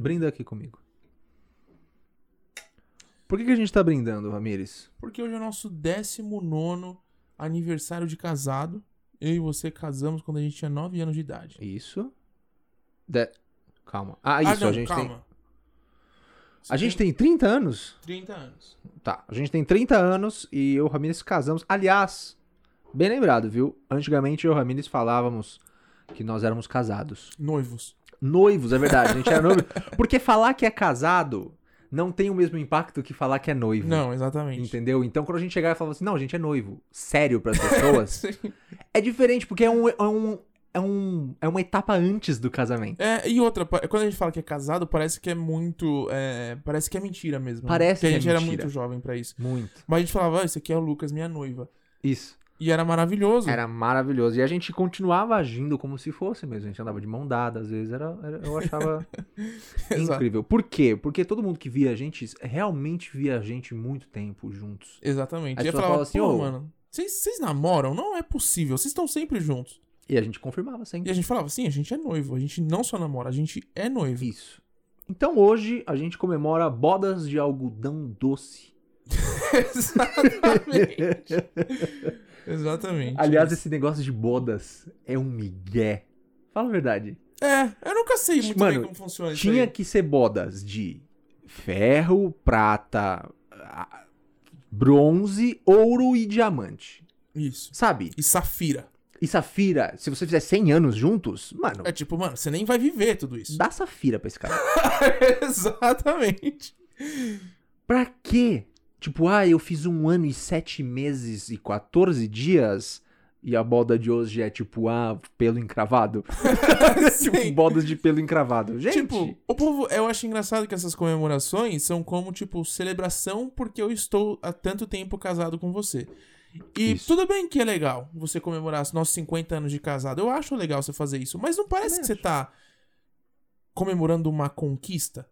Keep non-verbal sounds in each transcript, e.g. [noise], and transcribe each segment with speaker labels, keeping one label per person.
Speaker 1: Brinda aqui comigo. Por que, que a gente tá brindando, Ramires?
Speaker 2: Porque hoje é o nosso 19 aniversário de casado. Eu e você casamos quando a gente tinha 9 anos de idade.
Speaker 1: Isso. De- Calma. Ah, isso,
Speaker 2: não,
Speaker 1: a gente tem.
Speaker 2: calma.
Speaker 1: A gente tem 30 anos?
Speaker 2: 30 anos.
Speaker 1: Tá. A gente tem 30 anos e eu e o Ramires casamos. Aliás, bem lembrado, viu? Antigamente eu e o Ramires falávamos que nós éramos casados.
Speaker 2: Noivos.
Speaker 1: Noivos, é verdade. A gente era
Speaker 2: [laughs]
Speaker 1: noivo. Porque falar que é casado não tem o mesmo impacto que falar que é noivo.
Speaker 2: Não, exatamente.
Speaker 1: Entendeu? Então, quando a gente chegar e falar assim, não, a gente é noivo, sério pras pessoas, é diferente, porque é, um, é, um, é, um, é uma etapa antes do casamento.
Speaker 2: É, e outra, pa- quando a gente fala que é casado, parece que é muito. é, parece que é mentira mesmo. né?
Speaker 1: Parece
Speaker 2: Porque
Speaker 1: que é
Speaker 2: a gente era
Speaker 1: mentira.
Speaker 2: muito jovem pra isso.
Speaker 1: Muito.
Speaker 2: Mas a gente falava, ah, esse aqui é o Lucas, minha noiva.
Speaker 1: Isso.
Speaker 2: E era maravilhoso.
Speaker 1: Era maravilhoso. E a gente continuava agindo como se fosse mesmo. A gente andava de mão dada, às vezes. Era, era- eu [laughs] achava
Speaker 2: Exato.
Speaker 1: incrível. Por quê? Porque todo mundo que via a gente, realmente via a gente muito tempo juntos.
Speaker 2: Exatamente.
Speaker 1: Aí
Speaker 2: E eu
Speaker 1: você
Speaker 2: falava,
Speaker 1: fala assim,
Speaker 2: pô,
Speaker 1: ô.
Speaker 2: mano, vocês vocês namoram? Não é possível, vocês estão sempre juntos.
Speaker 1: E a gente confirmava
Speaker 2: E
Speaker 1: sempre.
Speaker 2: a gente falava, sim, a gente é noivo. A gente não só namora, a gente é [laughs] noivo.
Speaker 1: Isso. Então hoje a gente comemora bodas de algodão [laughs] doce.
Speaker 2: Exatamente. Exatamente.
Speaker 1: Aliás, esse negócio de bodas é um migué. Fala a verdade.
Speaker 2: É, eu nunca sei muito
Speaker 1: Mano,
Speaker 2: bem como funciona isso.
Speaker 1: Tinha
Speaker 2: aí.
Speaker 1: que ser bodas de ferro, prata, ah, bronze, ouro e diamante.
Speaker 2: Isso.
Speaker 1: Sabe?
Speaker 2: E Safira.
Speaker 1: E safira, se você fizer 100 anos juntos, mano,
Speaker 2: É tipo, mano, você nem vai viver tudo isso.
Speaker 1: dá safira pra esse cara.
Speaker 2: [laughs] Exatamente.
Speaker 1: Pra quê? Tipo, ah, eu fiz um ano e sete meses e 14 dias e a boda de hoje é tipo, ah, pelo
Speaker 2: [laughs]
Speaker 1: encravado. tipo,
Speaker 2: Sim.
Speaker 1: bodas de pelo encravado. Gente,
Speaker 2: Tipo, o povo, eu acho engraçado que essas comemorações são como, tipo, celebração porque eu estou há tanto tempo casado com você. E
Speaker 1: Isso.
Speaker 2: tudo bem que é legal você comemorar os nossos 50 anos de casado. Eu acho legal você fazer isso, mas não parece
Speaker 1: Também
Speaker 2: que você tá comemorando uma conquista.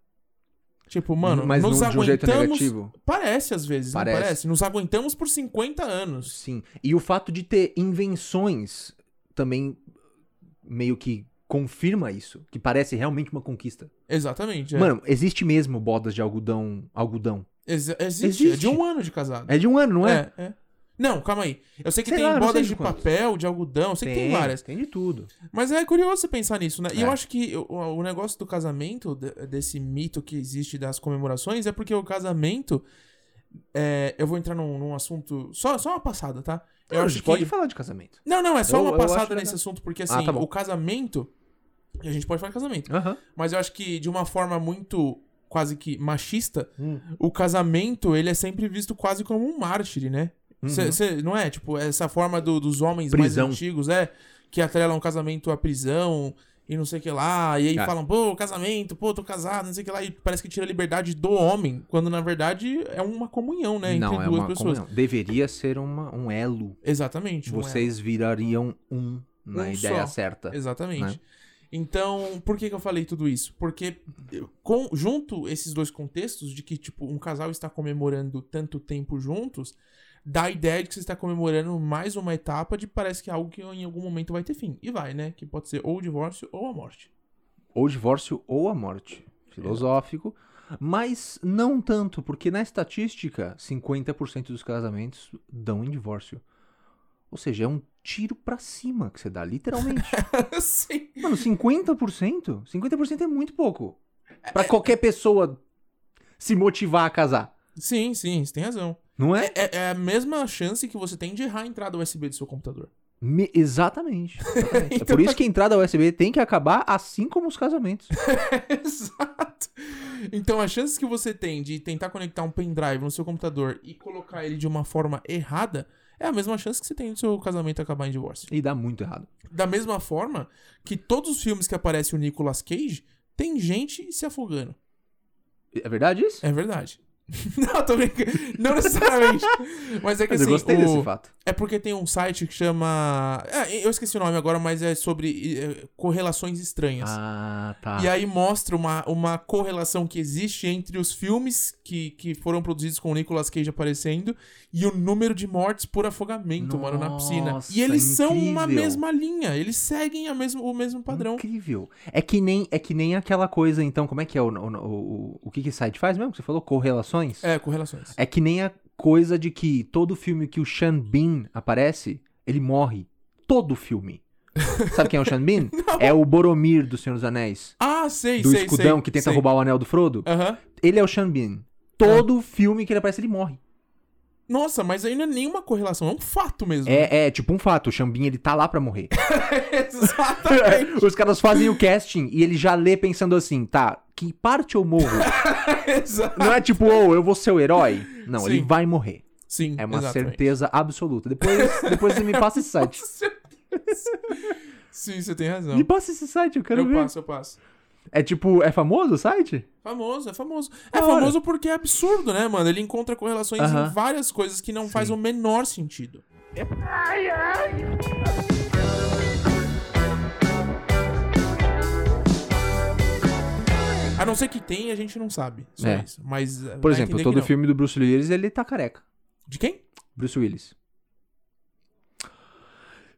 Speaker 2: Tipo, mano,
Speaker 1: mas
Speaker 2: nos
Speaker 1: não de um jeito
Speaker 2: aguentamos-
Speaker 1: negativo.
Speaker 2: Parece às vezes,
Speaker 1: Parece.
Speaker 2: não parece? Nos aguentamos por 50 anos.
Speaker 1: Sim. E o fato de ter invenções também meio que confirma isso, que parece realmente uma conquista.
Speaker 2: Exatamente. é.
Speaker 1: Mano, existe mesmo bodas de algodão, algodão.
Speaker 2: Ex- existe. É de
Speaker 1: existe.
Speaker 2: um ano de casado.
Speaker 1: É de um ano, não é?
Speaker 2: É, é. Não, calma aí. Eu sei que
Speaker 1: Sei
Speaker 2: tem
Speaker 1: lá, não sei
Speaker 2: bodas
Speaker 1: de
Speaker 2: de
Speaker 1: quantos.
Speaker 2: papel, de algodão, eu sei que tem várias.
Speaker 1: Tem de tudo.
Speaker 2: Mas é curioso você pensar nisso, né? E eu
Speaker 1: É.
Speaker 2: acho que o, o negócio do casamento, de- desse mito que existe das comemorações, é porque o casamento. é, eu vou entrar num, num assunto. Só, só uma passada, tá? Eu
Speaker 1: Não, a
Speaker 2: acho
Speaker 1: gente
Speaker 2: que.
Speaker 1: pode falar de casamento.
Speaker 2: Não, não, é só
Speaker 1: Eu-
Speaker 2: uma
Speaker 1: eu acho
Speaker 2: passada
Speaker 1: legal.
Speaker 2: nesse assunto, porque assim,
Speaker 1: Ah, tá bom.
Speaker 2: o casamento. E a gente pode falar de casamento.
Speaker 1: Aham.
Speaker 2: Mas eu acho que de uma forma muito quase que machista,
Speaker 1: Hum.
Speaker 2: o casamento ele é sempre visto quase como um mártir, né?
Speaker 1: Uhum.
Speaker 2: Cê- cê- não é? Tipo, essa forma do- dos homens
Speaker 1: Prisão.
Speaker 2: mais antigos, é, que atrelam casamento à prisão e não sei o que lá, e aí
Speaker 1: É.
Speaker 2: falam, pô, casamento, pô, tô casado, não sei o que lá, e parece que tira a liberdade do homem, quando na verdade é uma comunhão, né?
Speaker 1: não,
Speaker 2: entre
Speaker 1: é
Speaker 2: duas
Speaker 1: uma
Speaker 2: pessoas.
Speaker 1: comunhão. Deveria ser uma, um elo.
Speaker 2: Exatamente. um
Speaker 1: Vocês virariam um na
Speaker 2: Um
Speaker 1: ideia
Speaker 2: só.
Speaker 1: certa.
Speaker 2: Exatamente.
Speaker 1: né?
Speaker 2: Então, por que, que eu falei tudo isso? Porque eu- com, junto esses dois contextos de que, tipo, um casal está comemorando tanto tempo juntos, dá a ideia de que você está comemorando mais uma etapa de parece que é algo que em algum momento vai ter fim. E vai, né? Que pode ser ou o divórcio ou a morte. [laughs]
Speaker 1: Ou divórcio ou a morte. Filosófico. Mas não tanto, porque na estatística, 50% dos casamentos dão em divórcio. Ou seja, é um tiro pra cima que você dá, literalmente.
Speaker 2: [laughs] Sim.
Speaker 1: Mano, 50%? 50% é muito pouco.
Speaker 2: É,
Speaker 1: Pra qualquer pessoa se motivar a casar.
Speaker 2: Sim, sim, você tem razão.
Speaker 1: Não é?
Speaker 2: É, é a mesma chance que você tem de errar a entrada USB do seu computador.
Speaker 1: Me-
Speaker 2: [laughs]
Speaker 1: exatamente. exatamente. é
Speaker 2: Então
Speaker 1: por
Speaker 2: tá-
Speaker 1: isso que a entrada USB tem que acabar assim como os casamentos.
Speaker 2: [laughs] Exato. Então, as chances que você tem de tentar conectar um pendrive no seu computador e colocar ele de uma forma errada é a mesma chance que você tem do seu casamento acabar em divórcio.
Speaker 1: E dá muito errado.
Speaker 2: Da mesma forma que todos os filmes que aparece o Nicolas Cage, tem gente se afogando.
Speaker 1: É verdade isso?
Speaker 2: É verdade. [laughs] Não, tô brincando. Não necessariamente. Mas é que
Speaker 1: Mas
Speaker 2: assim.
Speaker 1: eu gostei
Speaker 2: o-
Speaker 1: desse fato.
Speaker 2: É porque tem um site que chama. Ah, eu esqueci o nome agora, mas é sobre eh, correlações estranhas.
Speaker 1: Ah, tá.
Speaker 2: E aí mostra uma, uma correlação que existe entre os filmes que, que foram produzidos com o Nicolas Cage aparecendo e o número de mortes por afogamento, mano, na piscina.
Speaker 1: Nossa,
Speaker 2: E eles são uma
Speaker 1: incrível.
Speaker 2: mesma linha, eles seguem a mesmo, o mesmo padrão.
Speaker 1: Incrível. É que nem é que nem aquela coisa, então, como é que é o o, o, o que que site faz mesmo que você falou? Correlações?
Speaker 2: É, correlações.
Speaker 1: É que nem a coisa de que todo filme que o Sean Bean aparece, ele morre. Todo
Speaker 2: [laughs]
Speaker 1: filme. Sabe quem é o Sean Bean? é o Boromir do Senhor dos Anéis.
Speaker 2: Ah, sei,
Speaker 1: Do
Speaker 2: sei,
Speaker 1: escudão
Speaker 2: sei,
Speaker 1: que tenta
Speaker 2: sei.
Speaker 1: roubar o anel do Frodo.
Speaker 2: Aham.
Speaker 1: Ele é o Sean Bean. Todo filme que ele aparece, ele morre.
Speaker 2: Nossa, mas aí não é nenhuma correlação, é um fato mesmo.
Speaker 1: É, é tipo um fato, o Sean Bean, ele tá lá pra morrer.
Speaker 2: [laughs]
Speaker 1: [laughs]
Speaker 2: Exatamente.
Speaker 1: Os caras fazem o casting e ele já lê pensando assim, tá, que parte eu morro?
Speaker 2: Exa-
Speaker 1: Não é tipo, ou eu vou ser o herói. Não,
Speaker 2: Sim.
Speaker 1: ele vai morrer.
Speaker 2: Sim,
Speaker 1: É uma
Speaker 2: exatamente.
Speaker 1: certeza absoluta. Depois, depois você me passa esse
Speaker 2: [laughs]
Speaker 1: site.
Speaker 2: Sim, você tem razão.
Speaker 1: Me passa esse site, eu quero
Speaker 2: Eu
Speaker 1: ver.
Speaker 2: passo, eu passo.
Speaker 1: É tipo, é famoso o site?
Speaker 2: Famoso, é famoso. É
Speaker 1: Da hora.
Speaker 2: famoso porque é absurdo, né, mano? Ele encontra correlações
Speaker 1: Aham. É.
Speaker 2: em várias coisas que não faz o menor sentido. A não ser que tenha, a gente não sabe. Só
Speaker 1: É.
Speaker 2: isso. Mas. eh, dá
Speaker 1: Por
Speaker 2: a
Speaker 1: exemplo,
Speaker 2: entender
Speaker 1: todo
Speaker 2: que não.
Speaker 1: filme do Bruce Willis, ele tá careca.
Speaker 2: De quem?
Speaker 1: Bruce Willis.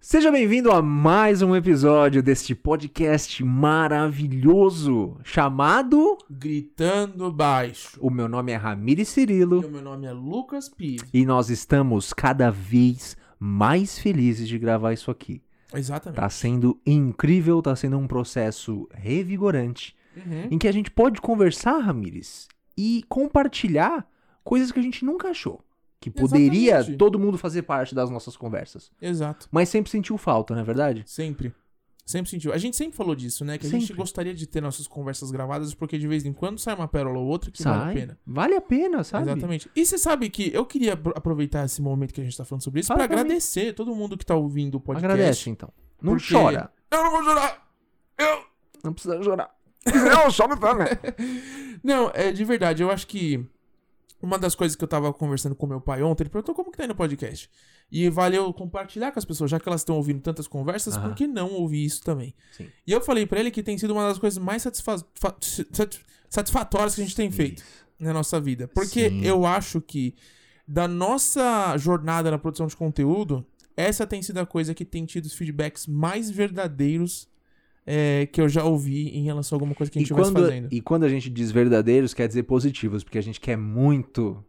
Speaker 1: Seja bem-vindo a mais um episódio deste podcast maravilhoso chamado
Speaker 2: Gritando baixo.
Speaker 1: O meu nome é Ramires
Speaker 2: E
Speaker 1: Cirilo.
Speaker 2: o meu nome é Lucas Pive.
Speaker 1: E nós estamos cada vez mais felizes de gravar isso aqui.
Speaker 2: Exatamente.
Speaker 1: Tá sendo incrível, tá sendo um processo revigorante
Speaker 2: Uhum.
Speaker 1: em que a gente pode conversar, Ramires, e compartilhar coisas que a gente nunca achou. Que poderia
Speaker 2: Exatamente.
Speaker 1: todo mundo fazer parte das nossas conversas.
Speaker 2: Exato.
Speaker 1: Mas sempre sentiu falta, não é verdade?
Speaker 2: Sempre. Sempre sentiu. A gente sempre falou disso, né? Que a gente
Speaker 1: Sempre.
Speaker 2: gostaria de ter nossas conversas gravadas, porque de vez em quando sai uma pérola ou outra que vale a pena.
Speaker 1: Vale a pena, sabe?
Speaker 2: Exatamente. E você sabe que eu queria apro- aproveitar esse momento que a gente tá falando sobre isso
Speaker 1: Fala
Speaker 2: pra
Speaker 1: pra mim.
Speaker 2: agradecer todo mundo que tá ouvindo o podcast.
Speaker 1: Agradece, então. Não
Speaker 2: Porque-
Speaker 1: chora.
Speaker 2: Eu não vou chorar! Eu...
Speaker 1: Não precisa
Speaker 2: [laughs]
Speaker 1: chorar.
Speaker 2: Não, é de verdade, eu acho que uma das coisas que eu tava conversando com meu pai ontem, ele perguntou como que tá indo o podcast. E valeu compartilhar com as pessoas, já que elas estão ouvindo tantas conversas,
Speaker 1: Aham.
Speaker 2: por que não ouvir isso também?
Speaker 1: Sim.
Speaker 2: E eu falei pra ele que tem sido uma das coisas mais satisfa fa- sat- satisfatórias que a gente tem feito
Speaker 1: Isso.
Speaker 2: na nossa vida. Porque
Speaker 1: Sim.
Speaker 2: eu acho que da nossa jornada na produção de conteúdo, essa tem sido a coisa que tem tido os feedbacks mais verdadeiros é, que eu já ouvi em relação a alguma coisa que
Speaker 1: E
Speaker 2: a gente estivesse
Speaker 1: quando,
Speaker 2: fazendo.
Speaker 1: e quando a gente diz verdadeiros, quer dizer positivos, porque a gente quer muito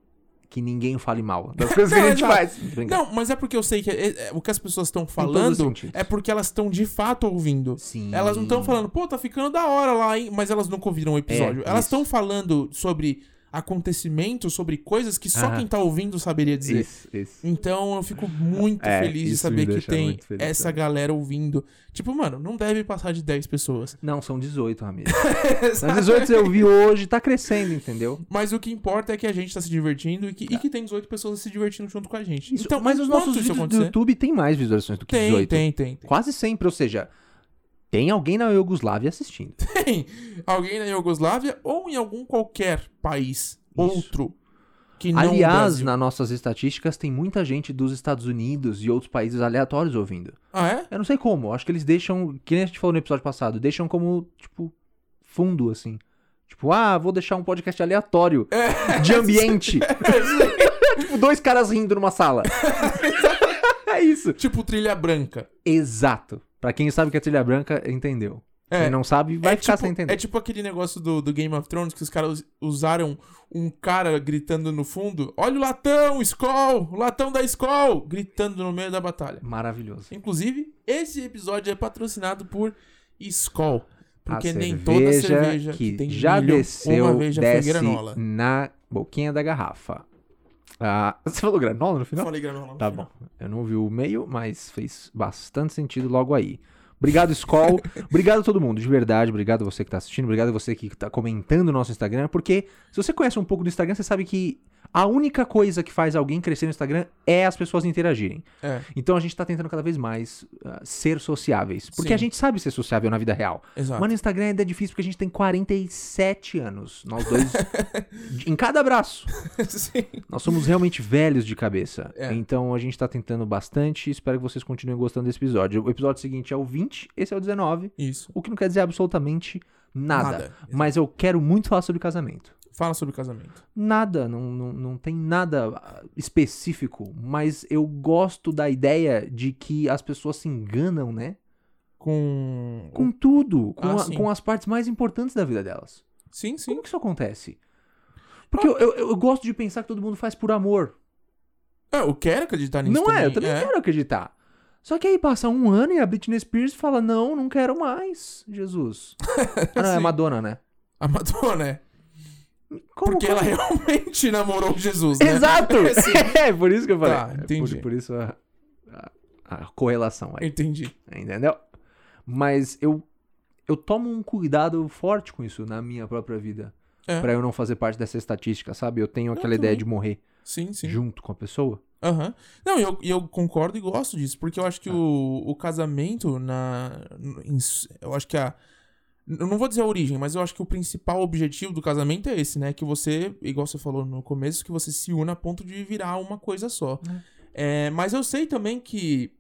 Speaker 1: que ninguém fale mal das coisas que a gente
Speaker 2: [laughs] Exato.
Speaker 1: faz. Brincadeira.
Speaker 2: Não, mas é porque eu sei que é- é- o que as pessoas estão
Speaker 1: todos os
Speaker 2: falando
Speaker 1: sentidos.
Speaker 2: é porque elas estão de fato ouvindo.
Speaker 1: Sim.
Speaker 2: Elas não estão falando, pô, tá ficando da hora lá, hein? Mas elas nunca ouviram o episódio.
Speaker 1: É,
Speaker 2: elas
Speaker 1: isso.
Speaker 2: estão falando sobre acontecimentos, sobre coisas que só
Speaker 1: Aham.
Speaker 2: quem tá ouvindo saberia dizer.
Speaker 1: Isso, isso.
Speaker 2: Então eu fico muito
Speaker 1: É,
Speaker 2: feliz
Speaker 1: isso
Speaker 2: de
Speaker 1: me
Speaker 2: saber que
Speaker 1: deixa
Speaker 2: tem
Speaker 1: muito feliz é.
Speaker 2: essa
Speaker 1: também.
Speaker 2: galera ouvindo. Tipo, mano, não deve passar de 10 pessoas.
Speaker 1: Não, são 18, [laughs] Ramiro. São 18 eu vi hoje, tá crescendo, entendeu?
Speaker 2: Mas o que importa é que a gente tá se divertindo e que, e que tem 18 pessoas se divertindo junto com a gente.
Speaker 1: Isso-
Speaker 2: então,
Speaker 1: mas os
Speaker 2: enquanto
Speaker 1: nossos
Speaker 2: isso
Speaker 1: vídeos do
Speaker 2: acontecer-
Speaker 1: YouTube tem mais visualizações do que
Speaker 2: Tem,
Speaker 1: 18.
Speaker 2: tem, tem, tem.
Speaker 1: Quase sempre, ou seja, tem alguém na Iugoslávia assistindo.
Speaker 2: Tem alguém na Iugoslávia ou em algum qualquer país outro que não o
Speaker 1: Aliás,
Speaker 2: Brasil.
Speaker 1: nas nossas estatísticas, tem muita gente dos Estados Unidos e outros países aleatórios ouvindo.
Speaker 2: Ah, é?
Speaker 1: Eu não sei como, acho que eles deixam, que nem a gente falou no episódio passado, deixam como, tipo, fundo, assim. Tipo, ah, vou deixar um podcast aleatório
Speaker 2: É.
Speaker 1: de
Speaker 2: [laughs]
Speaker 1: ambiente. tipo, dois caras rindo numa sala. é isso.
Speaker 2: Tipo trilha branca.
Speaker 1: Exato. Pra quem sabe que é trilha branca, entendeu.
Speaker 2: É.
Speaker 1: Quem não sabe, vai
Speaker 2: é
Speaker 1: ficar
Speaker 2: tipo,
Speaker 1: sem entender.
Speaker 2: É tipo aquele negócio do, do Game of Thrones que os caras us- usaram um cara gritando no fundo: Olha o latão, Skoll! O latão da Skoll! Gritando no meio da batalha.
Speaker 1: Maravilhoso.
Speaker 2: Inclusive, esse episódio é patrocinado por Skoll. Porque
Speaker 1: A
Speaker 2: nem toda cerveja
Speaker 1: que,
Speaker 2: tem
Speaker 1: já
Speaker 2: milho,
Speaker 1: desceu,
Speaker 2: uma vez já foi
Speaker 1: desce
Speaker 2: granola.
Speaker 1: na boquinha da garrafa. Ah, [laughs] você falou granola no final?
Speaker 2: Falei granola. no
Speaker 1: Tá
Speaker 2: final.
Speaker 1: bom. Eu não vi o meio, mas fez bastante sentido logo aí. Obrigado,
Speaker 2: [laughs]
Speaker 1: Skol. obrigado a todo mundo, de verdade. Obrigado a você que tá assistindo. Obrigado a você que tá comentando no nosso Instagram. Porque se você conhece um pouco do Instagram, você sabe que A única coisa que faz alguém crescer no Instagram é as pessoas interagirem.
Speaker 2: É,
Speaker 1: Então a gente tá tentando cada vez mais ah, ser sociáveis. Porque
Speaker 2: Sim.
Speaker 1: a gente sabe ser sociável na vida real.
Speaker 2: exato.
Speaker 1: Mas no Instagram ainda é difícil porque a gente tem 47 anos. Nós
Speaker 2: [laughs]
Speaker 1: dois. de- em cada braço.
Speaker 2: [laughs] Sim.
Speaker 1: Nós somos realmente velhos de cabeça.
Speaker 2: É.
Speaker 1: Então a gente tá tentando bastante. Espero que vocês continuem gostando desse episódio. O episódio seguinte é o 20, esse é o 19.
Speaker 2: Isso.
Speaker 1: O que não quer dizer absolutamente nada. Mas eu quero muito falar sobre casamento.
Speaker 2: Fala sobre casamento.
Speaker 1: Nada, não, não, não tem nada ah, específico, mas eu gosto da ideia de que as pessoas se enganam, né?
Speaker 2: Com.
Speaker 1: Com tudo, com,
Speaker 2: Ah,
Speaker 1: a-
Speaker 2: sim.
Speaker 1: com as partes mais importantes da vida delas.
Speaker 2: Sim, sim.
Speaker 1: Como que isso acontece? Porque eu, eu, eu gosto de pensar que todo mundo faz por amor.
Speaker 2: É, eu quero acreditar nisso.
Speaker 1: não é, eu também quero acreditar. Só que aí passa um ano e a Britney Spears fala: Não, não quero mais,
Speaker 2: [laughs]
Speaker 1: Jesus. Ah, não, é
Speaker 2: Sim.
Speaker 1: Madonna, né?
Speaker 2: A Madonna, é.
Speaker 1: Como,
Speaker 2: Porque
Speaker 1: como-
Speaker 2: ela realmente namorou Jesus, né?
Speaker 1: Exato!
Speaker 2: [laughs] Sim.
Speaker 1: [laughs] é, por isso que eu falei.
Speaker 2: Tá,
Speaker 1: É, por-
Speaker 2: entendi.
Speaker 1: Por, isso a, a- a correlação aí,
Speaker 2: Entendi.
Speaker 1: entendeu? Mas eu, eu tomo um cuidado forte com isso na minha própria vida.
Speaker 2: É.
Speaker 1: Pra eu não fazer parte dessa estatística, sabe? Eu tenho aquela
Speaker 2: também.
Speaker 1: ideia de morrer
Speaker 2: Sim, sim.
Speaker 1: junto com a pessoa.
Speaker 2: Aham. Não, e eu, e eu concordo e gosto disso, porque eu acho
Speaker 1: Tá.
Speaker 2: que o, o casamento na. em- eu acho que a. Eu não vou dizer a origem, mas eu acho que o principal objetivo do casamento é esse, né? Que você, igual você falou no começo, que você se une a ponto de virar uma coisa só. É, mas eu sei também que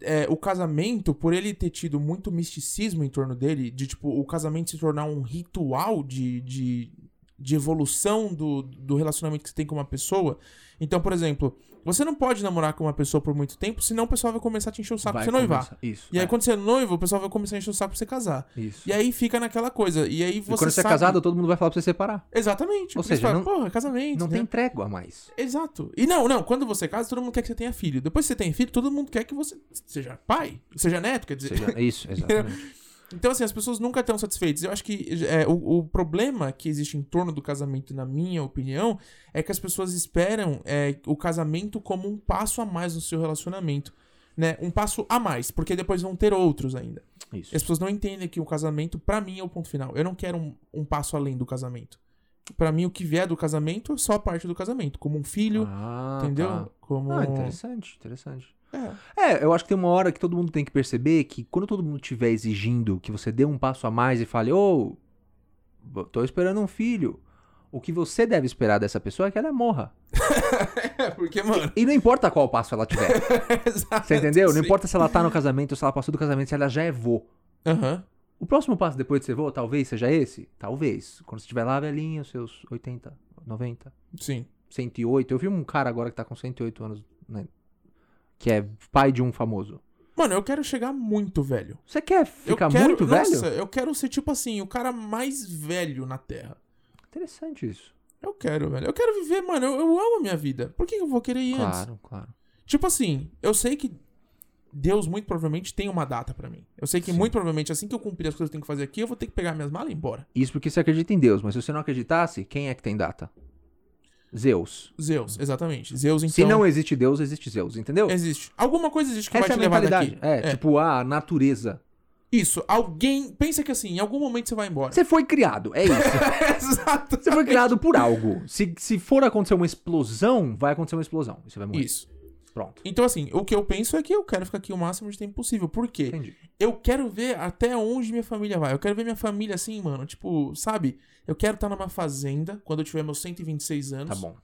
Speaker 2: é, o casamento, por ele ter tido muito misticismo em torno dele, de tipo, o casamento se tornar um ritual de, de, de evolução do, do relacionamento que você tem com uma pessoa. Então, por exemplo, você não pode namorar com uma pessoa por muito tempo, senão o pessoal vai começar a te encher o saco pra
Speaker 1: Vai
Speaker 2: você noivar.
Speaker 1: começar- Isso.
Speaker 2: E aí,
Speaker 1: é,
Speaker 2: quando você é noivo, o pessoal vai começar a encher o saco pra você casar.
Speaker 1: isso.
Speaker 2: E aí fica naquela coisa. E aí
Speaker 1: E
Speaker 2: você.
Speaker 1: quando você
Speaker 2: sabe-
Speaker 1: é casado, todo mundo vai falar pra você separar.
Speaker 2: Exatamente.
Speaker 1: Ou
Speaker 2: Porque você
Speaker 1: seja,
Speaker 2: fala,
Speaker 1: não-
Speaker 2: Porra, casamento.
Speaker 1: Não
Speaker 2: né?
Speaker 1: tem trégua mais.
Speaker 2: Exato. E não, não, quando você casa, todo mundo quer que você tenha filho. Depois que você tem filho, todo mundo quer que você seja pai, seja neto, quer
Speaker 1: Ou
Speaker 2: dizer. [laughs]
Speaker 1: seja, Isso, exatamente.
Speaker 2: Então, assim, as pessoas nunca estão satisfeitas. Eu acho que é, o, o problema que existe em torno do casamento, na minha opinião, é que as pessoas esperam é, o casamento como um passo a mais no seu relacionamento. Né? Um passo a mais, porque depois vão ter outros ainda.
Speaker 1: Isso.
Speaker 2: E as pessoas não entendem que o casamento, pra mim, é o ponto final. Eu não quero um, um passo além do casamento. Pra mim, o que vier do casamento é só parte do casamento. Como um filho,
Speaker 1: Ah,
Speaker 2: entendeu?
Speaker 1: tá.
Speaker 2: Como.
Speaker 1: Ah, interessante, interessante.
Speaker 2: É.
Speaker 1: [laughs] É, eu acho que tem uma hora que todo mundo tem que perceber que quando todo mundo estiver exigindo que você dê um passo a mais e fale, ô, tô esperando um filho. O que você deve esperar dessa pessoa é que ela morra.
Speaker 2: É, porque, mano.
Speaker 1: E não importa qual passo ela tiver.
Speaker 2: [laughs] exato,
Speaker 1: Você entendeu?
Speaker 2: sim.
Speaker 1: Não importa se ela tá no casamento, se ela passou do casamento, se ela já é vô.
Speaker 2: Aham.
Speaker 1: O próximo passo depois de ser vô, talvez seja esse? Talvez. Quando você estiver lá, velhinho, seus 80, 90,
Speaker 2: Sim.
Speaker 1: 108. Eu vi um cara agora que tá com 108 anos, né? Que é pai de um famoso.
Speaker 2: Mano, eu quero chegar muito velho.
Speaker 1: Você quer
Speaker 2: Eu
Speaker 1: ficar
Speaker 2: quero,
Speaker 1: muito velho?
Speaker 2: Nossa, eu quero ser, tipo assim, o cara mais velho na Terra.
Speaker 1: Interessante isso.
Speaker 2: Eu quero, velho. Eu quero viver, mano. Eu, eu amo a minha vida. Por que que eu vou querer ir antes?
Speaker 1: Claro, claro.
Speaker 2: Tipo assim, eu sei que Deus muito provavelmente tem uma data pra mim. Eu sei que
Speaker 1: Sim.
Speaker 2: muito provavelmente assim que eu cumprir as coisas que eu tenho que fazer aqui, eu vou ter que pegar minhas malas e ir embora.
Speaker 1: Isso porque você acredita em Deus, mas se você não acreditasse, quem é que tem data? Zeus.
Speaker 2: Zeus, exatamente. Zeus, então,
Speaker 1: Uhum. Se não existe Deus, existe Zeus, entendeu?
Speaker 2: existe. Alguma coisa existe que
Speaker 1: Essa é
Speaker 2: vai
Speaker 1: a
Speaker 2: te levar
Speaker 1: mentalidade.
Speaker 2: daqui.
Speaker 1: É, tipo, a natureza.
Speaker 2: Isso, alguém... Pensa que assim, em algum momento você vai
Speaker 1: [laughs]
Speaker 2: embora.
Speaker 1: Você foi criado, é
Speaker 2: [laughs]
Speaker 1: isso.
Speaker 2: Exato.
Speaker 1: Você foi criado por algo. Se, se for acontecer uma explosão, vai acontecer uma explosão. E você vai morrer.
Speaker 2: Isso.
Speaker 1: Pronto.
Speaker 2: Então, assim, o que eu penso é que eu quero ficar aqui o máximo de tempo possível. Por quê?
Speaker 1: Entendi.
Speaker 2: Eu quero ver até onde minha família vai. Eu quero ver minha família assim, mano. Tipo, sabe? Eu quero estar numa fazenda quando eu tiver meus 126 anos.
Speaker 1: Tá bom.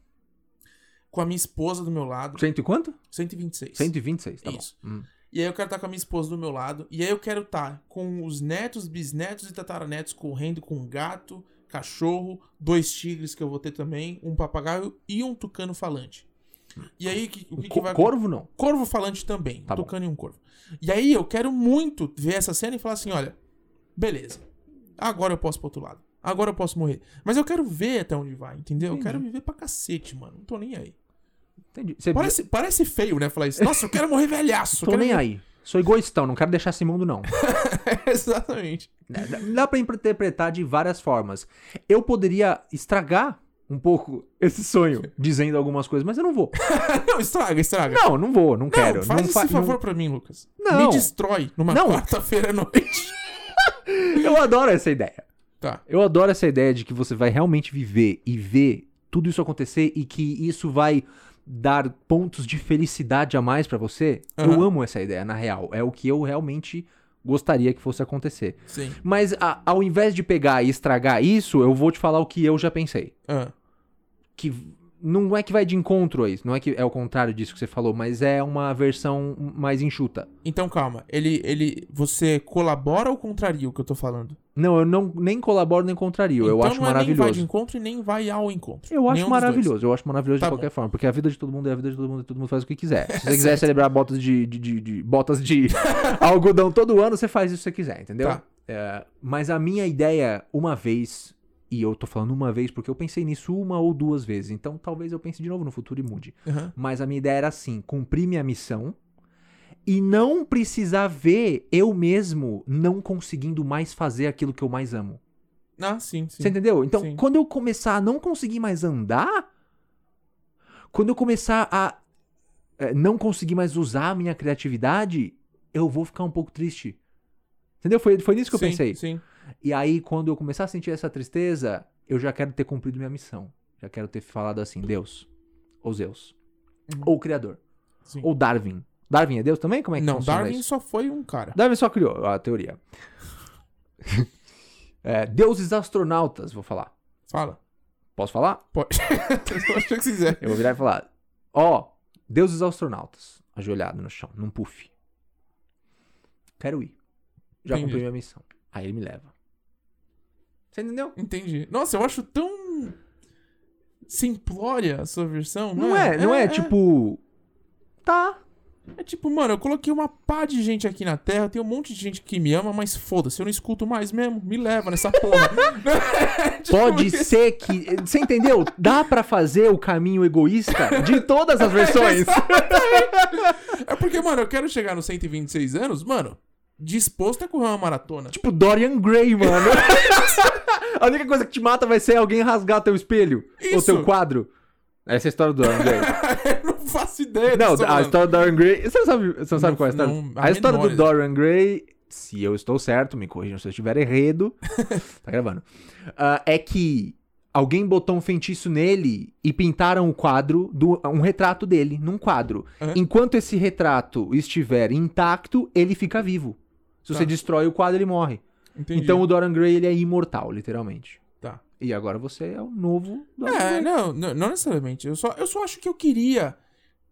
Speaker 2: Com a minha esposa do meu lado.
Speaker 1: Cento e quanto?
Speaker 2: 126.
Speaker 1: 126, tá
Speaker 2: Isso.
Speaker 1: bom. Hum.
Speaker 2: E aí eu quero estar com a minha esposa do meu lado. E aí eu quero estar com os netos, bisnetos e tataranetos correndo com um gato, cachorro, dois tigres que eu vou ter também, um papagaio e um tucano falante. E aí, que- o que, que
Speaker 1: Co-
Speaker 2: vai
Speaker 1: Corvo não.
Speaker 2: corvo falante também.
Speaker 1: Tá bom.
Speaker 2: tocando em um corvo. E aí eu quero muito ver essa cena e falar assim: olha, beleza. Agora eu posso pro outro lado. Agora eu posso morrer. Mas eu quero ver até onde vai, entendeu? Eu
Speaker 1: Entendi.
Speaker 2: quero viver pra cacete, mano. Não tô nem aí.
Speaker 1: Entendi. Você
Speaker 2: Parece, é parece feio, né? Falar isso. Nossa, eu quero morrer velhaço. eu
Speaker 1: Tô
Speaker 2: quero
Speaker 1: nem
Speaker 2: morrer-
Speaker 1: aí. Sou egoístão, não quero deixar esse mundo, não. [laughs]
Speaker 2: [laughs] Exatamente.
Speaker 1: Dá- dá- Dá pra interpretar de várias formas. Eu poderia estragar um pouco esse sonho dizendo algumas coisas, mas eu não vou.
Speaker 2: Não, estraga, estraga.
Speaker 1: Não, não vou, não quero.
Speaker 2: faz
Speaker 1: não
Speaker 2: esse
Speaker 1: fa-
Speaker 2: favor pra mim, Lucas.
Speaker 1: Não.
Speaker 2: Me destrói numa
Speaker 1: Não.
Speaker 2: quarta-feira
Speaker 1: [laughs]
Speaker 2: à noite.
Speaker 1: não- Eu adoro essa ideia.
Speaker 2: Tá.
Speaker 1: Eu adoro essa ideia de que você vai realmente viver e ver tudo isso acontecer e que isso vai dar pontos de felicidade a mais pra você, eu
Speaker 2: Aham.
Speaker 1: amo essa ideia, na real. É o que eu realmente gostaria que fosse acontecer.
Speaker 2: Sim.
Speaker 1: Mas a- ao invés de pegar e estragar isso, eu vou te falar o que eu já pensei.
Speaker 2: Ah,
Speaker 1: Que v- não é que vai de encontro a isso, não é que é o contrário disso que você falou, mas é uma versão mais enxuta.
Speaker 2: Então calma, ele, ele, você colabora ou contraria o que eu tô falando?
Speaker 1: Não, eu não nem colaboro nem contrario. eu
Speaker 2: então
Speaker 1: acho
Speaker 2: não é nem vai de
Speaker 1: maravilhoso.
Speaker 2: encontro e nem vai ao encontro.
Speaker 1: Eu acho
Speaker 2: Nenhum dos dois.
Speaker 1: maravilhoso, eu acho maravilhoso
Speaker 2: Tá
Speaker 1: de
Speaker 2: bom.
Speaker 1: qualquer forma, porque a vida de todo mundo é a vida de todo mundo e todo mundo faz o que quiser. Se
Speaker 2: [laughs]
Speaker 1: você quiser celebrar botas de, de, de- de- botas de algodão todo ano, você faz isso se você quiser, entendeu?
Speaker 2: Tá.
Speaker 1: É, mas a minha ideia, uma vez, e eu tô falando uma vez porque eu pensei nisso uma ou duas vezes, então talvez eu pense de novo no futuro e mude.
Speaker 2: Aham.
Speaker 1: Mas a minha ideia era assim: cumprir minha missão e não precisar ver eu mesmo não conseguindo mais fazer aquilo que eu mais amo.
Speaker 2: Ah, sim, sim.
Speaker 1: Você entendeu? Então,
Speaker 2: Sim.
Speaker 1: quando eu começar a não conseguir mais andar, quando eu começar a eh, não conseguir mais usar a minha criatividade, eu vou ficar um pouco triste. Entendeu? Foi, foi nisso que
Speaker 2: sim,
Speaker 1: eu pensei.
Speaker 2: Sim.
Speaker 1: E aí, quando eu começar a sentir essa tristeza, eu já quero ter cumprido minha missão. Já quero ter falado assim, Deus. Ou Zeus.
Speaker 2: Uhum.
Speaker 1: Ou Criador.
Speaker 2: Sim.
Speaker 1: Ou Darwin. Darwin é Deus também? Como é que
Speaker 2: não,
Speaker 1: funciona
Speaker 2: Darwin
Speaker 1: isso?
Speaker 2: só foi um cara.
Speaker 1: Darwin só criou a
Speaker 2: [laughs]
Speaker 1: teoria. É, deuses astronautas, vou falar.
Speaker 2: Fala.
Speaker 1: Posso falar?
Speaker 2: Pode. [laughs] Eu acho que você quiser.
Speaker 1: Eu vou virar e falar: Ó, deuses astronautas, ajoelhado no chão, num puff. Quero ir. Já
Speaker 2: Entendi.
Speaker 1: cumpri minha missão. Aí ele me leva. Você entendeu?
Speaker 2: Entendi. Nossa, eu acho tão simplória a sua versão. né?
Speaker 1: Não é, não é, tipo. Tá.
Speaker 2: É tipo, mano, eu coloquei uma pá de gente aqui na Terra, tem um monte de gente que me ama, mas foda-se, eu não escuto mais mesmo. Me leva nessa porra. Tipo
Speaker 1: Pode
Speaker 2: isso.
Speaker 1: ser que. Você entendeu? Dá pra fazer o caminho egoísta de todas as versões.
Speaker 2: É porque, mano, eu quero chegar nos 126 anos, mano, disposto a correr uma maratona.
Speaker 1: tipo Dorian Gray, mano. A única coisa que te mata vai ser alguém rasgar teu espelho ou
Speaker 2: Isso.
Speaker 1: teu quadro. Essa é a história do Dorian Gray.
Speaker 2: eu não faço ideia
Speaker 1: Não, ah,
Speaker 2: disso,
Speaker 1: a
Speaker 2: mano.
Speaker 1: história do Dorian Gray. Você não sabe, você não sabe
Speaker 2: Não-
Speaker 1: qual é a história?
Speaker 2: não- a
Speaker 1: a história do
Speaker 2: menor
Speaker 1: Dorian Gray, se eu estou certo, me corrijam se eu estiver
Speaker 2: [laughs]
Speaker 1: errado. tá gravando. Ah, é que alguém botou um feitiço nele e pintaram o quadro, do, um retrato dele, num quadro.
Speaker 2: Aham.
Speaker 1: Enquanto esse retrato estiver intacto, ele fica vivo. Se você
Speaker 2: Tá.
Speaker 1: destrói o quadro, ele morre.
Speaker 2: Entendi.
Speaker 1: Então o Dorian Gray ele é imortal, literalmente.
Speaker 2: Tá.
Speaker 1: E agora você é o novo Dorian
Speaker 2: É,
Speaker 1: Gray.
Speaker 2: não, não, não necessariamente. Eu só, eu só acho que eu queria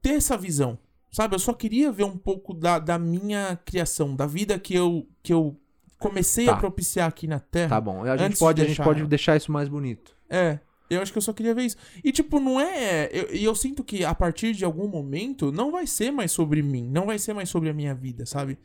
Speaker 2: ter essa visão, sabe? Eu só queria ver um pouco da, da minha criação, da vida que eu, que eu comecei
Speaker 1: Tá.
Speaker 2: a propiciar aqui na Terra.
Speaker 1: Tá bom. A gente,
Speaker 2: Antes de
Speaker 1: pode, a gente
Speaker 2: deixar
Speaker 1: pode
Speaker 2: ela.
Speaker 1: deixar isso mais bonito.
Speaker 2: É, eu acho que eu só queria ver isso. E, tipo, não é. eu- E eu, sinto que a partir de algum momento não vai ser mais sobre mim, não vai ser mais sobre a minha vida, sabe?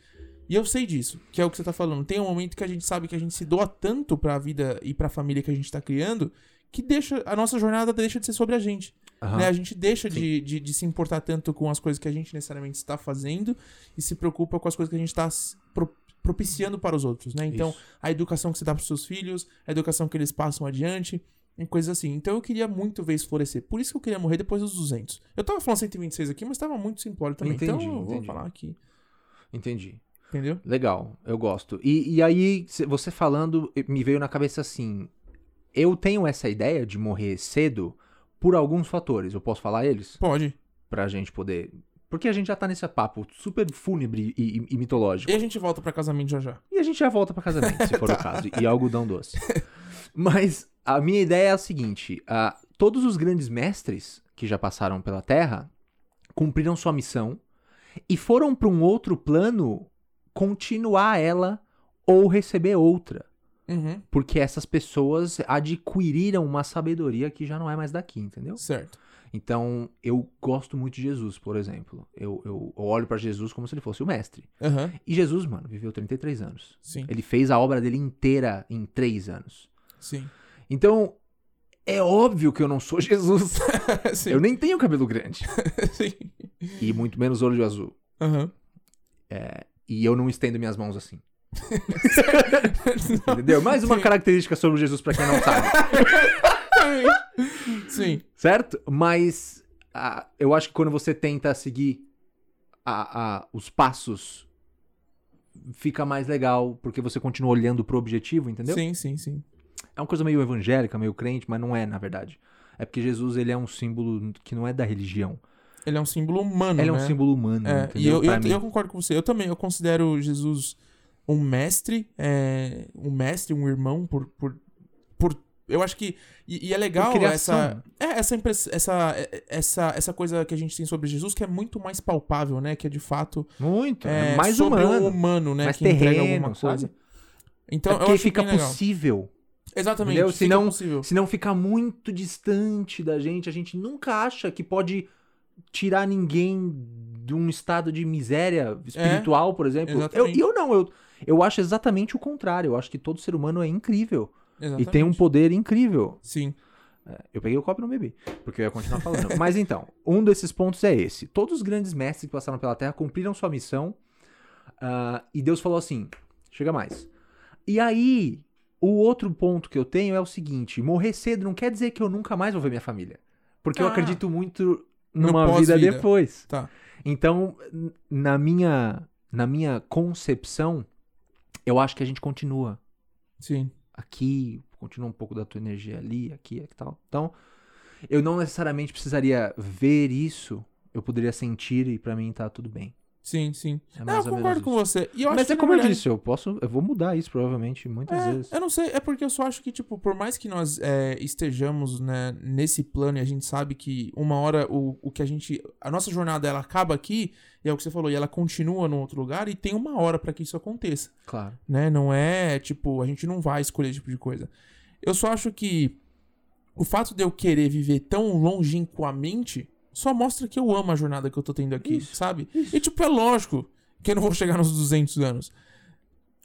Speaker 2: E eu sei disso, que é o que você tá falando. Tem um momento que a gente sabe que a gente se doa tanto pra vida e pra família que a gente tá criando que deixa a nossa jornada deixa de ser sobre a gente.
Speaker 1: Aham.
Speaker 2: né? A gente deixa de, de, de se importar tanto com as coisas que a gente necessariamente está fazendo e se preocupa com as coisas que a gente está propiciando para os outros, né? Então,
Speaker 1: Isso.
Speaker 2: a educação que você dá para os seus filhos, a educação que eles passam adiante, e coisas assim. Então, eu queria muito ver isso florescer. Por isso que eu queria morrer depois dos 200. Eu tava falando 126 aqui, mas tava muito simplório também.
Speaker 1: Entendi,
Speaker 2: então, eu vou
Speaker 1: entendi.
Speaker 2: falar aqui,
Speaker 1: Entendi.
Speaker 2: entendeu?
Speaker 1: Legal, eu gosto. E, e aí, cê- você falando, me veio na cabeça assim: eu tenho essa ideia de morrer cedo por alguns fatores. Eu posso falar eles?
Speaker 2: Pode.
Speaker 1: Pra gente poder. Porque a gente já tá nesse papo super fúnebre e, e- e
Speaker 2: E
Speaker 1: mitológico.
Speaker 2: a gente volta para casamento já já.
Speaker 1: E a gente já volta pra casamento, se for o caso. E algodão doce. Mas a minha ideia é a seguinte: ah, todos os grandes mestres que já passaram pela Terra cumpriram sua missão e foram pra um outro plano continuar ela ou receber outra.
Speaker 2: Uhum,
Speaker 1: Porque essas pessoas adquiriram uma sabedoria que já não é mais daqui, entendeu?
Speaker 2: certo.
Speaker 1: Então, eu gosto muito de Jesus, por exemplo. Eu, eu olho pra Jesus como se ele fosse o mestre.
Speaker 2: Aham,
Speaker 1: E Jesus, mano, viveu 33 anos.
Speaker 2: sim,
Speaker 1: Ele fez a obra dele inteira em três anos.
Speaker 2: sim. [laughs]
Speaker 1: Então, é óbvio que eu não sou [laughs] Jesus.
Speaker 2: sim,
Speaker 1: Eu nem tenho cabelo grande.
Speaker 2: [laughs] sim.
Speaker 1: E muito menos olho azul.
Speaker 2: Aham. [laughs]
Speaker 1: E eu não estendo minhas mãos assim. Entendeu? Mais uma
Speaker 2: [laughs] Sim.
Speaker 1: característica sobre Jesus pra quem não sabe. [laughs]
Speaker 2: sim.
Speaker 1: certo? Mas ah, eu acho que quando você tenta seguir a- a- os passos, fica mais legal, porque você continua olhando pro objetivo, entendeu?
Speaker 2: Sim, sim, sim.
Speaker 1: É uma coisa meio evangélica, meio crente, mas não é, na verdade. É porque Jesus ele é um símbolo que não é da religião.
Speaker 2: Ele é um símbolo humano,
Speaker 1: Ele é um
Speaker 2: né?
Speaker 1: símbolo humano,
Speaker 2: É, e
Speaker 1: entendeu?
Speaker 2: eu,
Speaker 1: Pra
Speaker 2: eu,
Speaker 1: mim.
Speaker 2: eu concordo com você. Eu também, eu considero Jesus um mestre, é, um mestre, um irmão, por, por, por eu acho que e, e é legal
Speaker 1: Por criação.
Speaker 2: essa é, essa, impress- essa é, essa essa coisa que a gente tem sobre Jesus que é muito mais palpável, né? Que é de fato
Speaker 1: Muito. É,
Speaker 2: é,
Speaker 1: mais
Speaker 2: sobre
Speaker 1: humano.
Speaker 2: um humano, né?
Speaker 1: mais
Speaker 2: que entrega
Speaker 1: terreno,
Speaker 2: alguma coisa.
Speaker 1: sabe?
Speaker 2: Então
Speaker 1: é
Speaker 2: eu
Speaker 1: porque
Speaker 2: acho
Speaker 1: fica
Speaker 2: bem legal.
Speaker 1: possível.
Speaker 2: Exatamente.
Speaker 1: entendeu?
Speaker 2: fica
Speaker 1: Senão-
Speaker 2: possível.
Speaker 1: Se não ficar muito distante da gente, a gente nunca acha que pode tirar ninguém de um estado de miséria espiritual, por exemplo. Eu,
Speaker 2: exatamente.
Speaker 1: eu não, eu, eu acho exatamente o contrário. Eu acho que todo ser humano é incrível e tem um
Speaker 2: Exatamente.
Speaker 1: poder incrível.
Speaker 2: Sim.
Speaker 1: Eu peguei o copo e não bebi, porque eu ia continuar falando. [laughs] Mas então, um desses pontos é esse. Todos os grandes mestres que passaram pela Terra cumpriram sua missão ah, e Deus falou assim: chega mais. E aí, o outro ponto que eu tenho é o seguinte: morrer cedo não quer dizer que eu nunca mais vou ver minha família. Porque eu
Speaker 2: Ah.
Speaker 1: acredito muito
Speaker 2: No
Speaker 1: numa vida
Speaker 2: pós-vida.
Speaker 1: depois.
Speaker 2: Tá.
Speaker 1: Então, n- na minha, na minha concepção, eu acho que a gente continua
Speaker 2: Sim.
Speaker 1: aqui, continua um pouco da tua energia ali, aqui e tal. Então, eu não necessariamente precisaria ver isso, eu poderia sentir e pra mim tá tudo bem.
Speaker 2: Sim, sim.
Speaker 1: É
Speaker 2: Não, eu
Speaker 1: mais ou menos
Speaker 2: concordo com
Speaker 1: isso.
Speaker 2: você. E eu acho
Speaker 1: Mas
Speaker 2: que,
Speaker 1: é
Speaker 2: na
Speaker 1: como eu
Speaker 2: verdade,
Speaker 1: disse, eu posso, eu vou mudar isso provavelmente muitas
Speaker 2: É,
Speaker 1: vezes.
Speaker 2: Eu não sei, é porque eu só acho que, tipo, por mais que nós é, estejamos né, nesse plano e a gente sabe que uma hora o, o que a gente. A nossa jornada ela acaba aqui, e é o que você falou, e ela continua num outro lugar, e tem uma hora pra que isso aconteça.
Speaker 1: Claro.
Speaker 2: Né? Não é, tipo, a gente não vai escolher esse tipo de coisa. Eu só acho que o fato de eu querer viver tão longínquamente só mostra que eu amo a jornada que eu tô tendo aqui,
Speaker 1: Isso,
Speaker 2: sabe?
Speaker 1: isso.
Speaker 2: E, tipo, é lógico que eu não vou chegar nos 200 anos.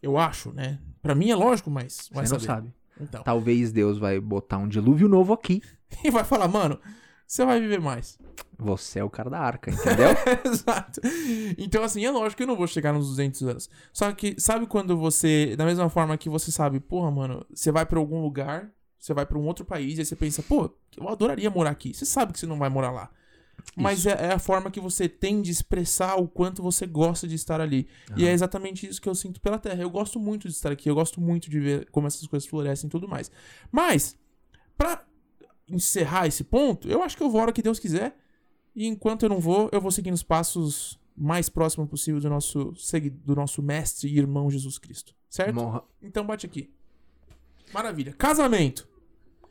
Speaker 2: Eu acho, né? Pra mim é lógico, mas...
Speaker 1: Você não
Speaker 2: vai saber.
Speaker 1: sabe. Tá.
Speaker 2: Então.
Speaker 1: Talvez Deus vai botar um dilúvio novo aqui.
Speaker 2: [laughs] E vai falar, mano, você vai viver mais. [laughs]
Speaker 1: Você é o cara da arca, entendeu?
Speaker 2: Exato. Então, assim, é lógico que eu não vou chegar nos 200 anos. Só que, sabe quando você, da mesma forma que você sabe, porra, mano, você vai pra algum lugar, você vai pra um outro país, aí você pensa, pô, eu adoraria morar aqui. Você sabe que você não vai morar lá. Mas é, é a forma que você tem de expressar o quanto você gosta de estar ali. E é exatamente isso que eu sinto pela Terra. Eu gosto muito de estar aqui, eu gosto muito de ver como essas coisas florescem e tudo mais. Mas, pra encerrar esse ponto, eu acho que eu vou a hora que Deus quiser. E enquanto eu não vou, eu vou seguindo os passos mais próximos possível do nosso, segui- do nosso mestre e irmão Jesus Cristo. [laughs] Certo?
Speaker 1: Morra-
Speaker 2: Então bate aqui. Maravilha. Casamento.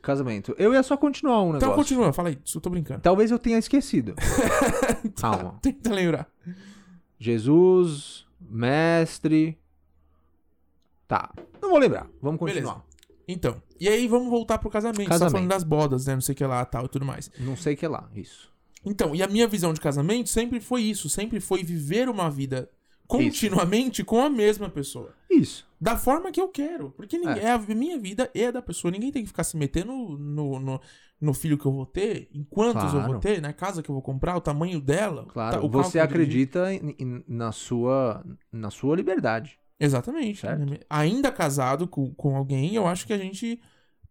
Speaker 1: Casamento. Eu ia só continuar um negócio.
Speaker 2: Então continua, fala aí. Eu tô brincando.
Speaker 1: Talvez eu tenha
Speaker 2: [laughs]
Speaker 1: esquecido. Calma.
Speaker 2: Tenta lembrar.
Speaker 1: Jesus, mestre. Tá. Não vou lembrar. Vamos continuar.
Speaker 2: Então, e aí vamos voltar pro casamento. Você tá
Speaker 1: Casamento.
Speaker 2: falando das bodas, né? Não sei o que lá, tal e tudo mais.
Speaker 1: Não sei o que é lá. Isso.
Speaker 2: Então, e a minha visão de casamento sempre foi isso, sempre foi viver uma vida continuamente com a mesma pessoa.
Speaker 1: Isso.
Speaker 2: Da forma que eu quero. Porque ninguém- é. a minha vida e a da pessoa. Ninguém tem que ficar se metendo no, no, no filho que eu vou ter, em quantos eu
Speaker 1: Claro.
Speaker 2: vou ter, na casa que eu vou comprar, o tamanho dela.
Speaker 1: Claro.
Speaker 2: tá- o carro
Speaker 1: você
Speaker 2: que eu vou dirigir.
Speaker 1: acredita em- em- na sua na sua liberdade.
Speaker 2: Exatamente. Né?
Speaker 1: Certo.
Speaker 2: Ainda casado com, com alguém, eu acho que a gente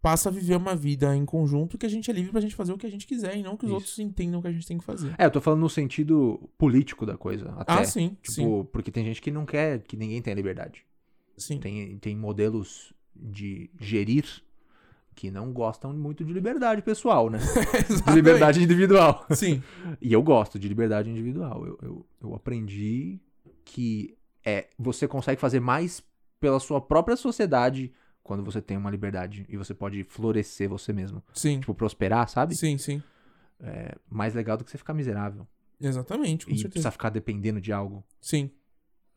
Speaker 2: passa a viver uma vida em conjunto que a gente é livre pra gente fazer o que a gente quiser e não que os
Speaker 1: Isso.
Speaker 2: outros entendam o que a gente tem que fazer.
Speaker 1: É, eu tô falando no sentido político da coisa. Até.
Speaker 2: Ah, sim,
Speaker 1: Tipo,
Speaker 2: sim,
Speaker 1: porque tem gente que não quer que ninguém tenha liberdade.
Speaker 2: sim. [laughs]
Speaker 1: Tem, tem modelos de gerir que não gostam muito de liberdade pessoal,
Speaker 2: [laughs]
Speaker 1: né? De liberdade individual.
Speaker 2: Exatamente. Sim.
Speaker 1: E eu gosto de liberdade individual. Eu, eu, eu aprendi que é você consegue fazer mais pela sua própria sociedade quando você tem uma liberdade e você pode florescer você mesmo.
Speaker 2: Sim,
Speaker 1: Tipo, prosperar, [laughs] sabe?
Speaker 2: sim, sim.
Speaker 1: Mais legal do que você ficar miserável
Speaker 2: Exatamente, com
Speaker 1: e
Speaker 2: certeza.
Speaker 1: precisar ficar dependendo de algo.
Speaker 2: Sim.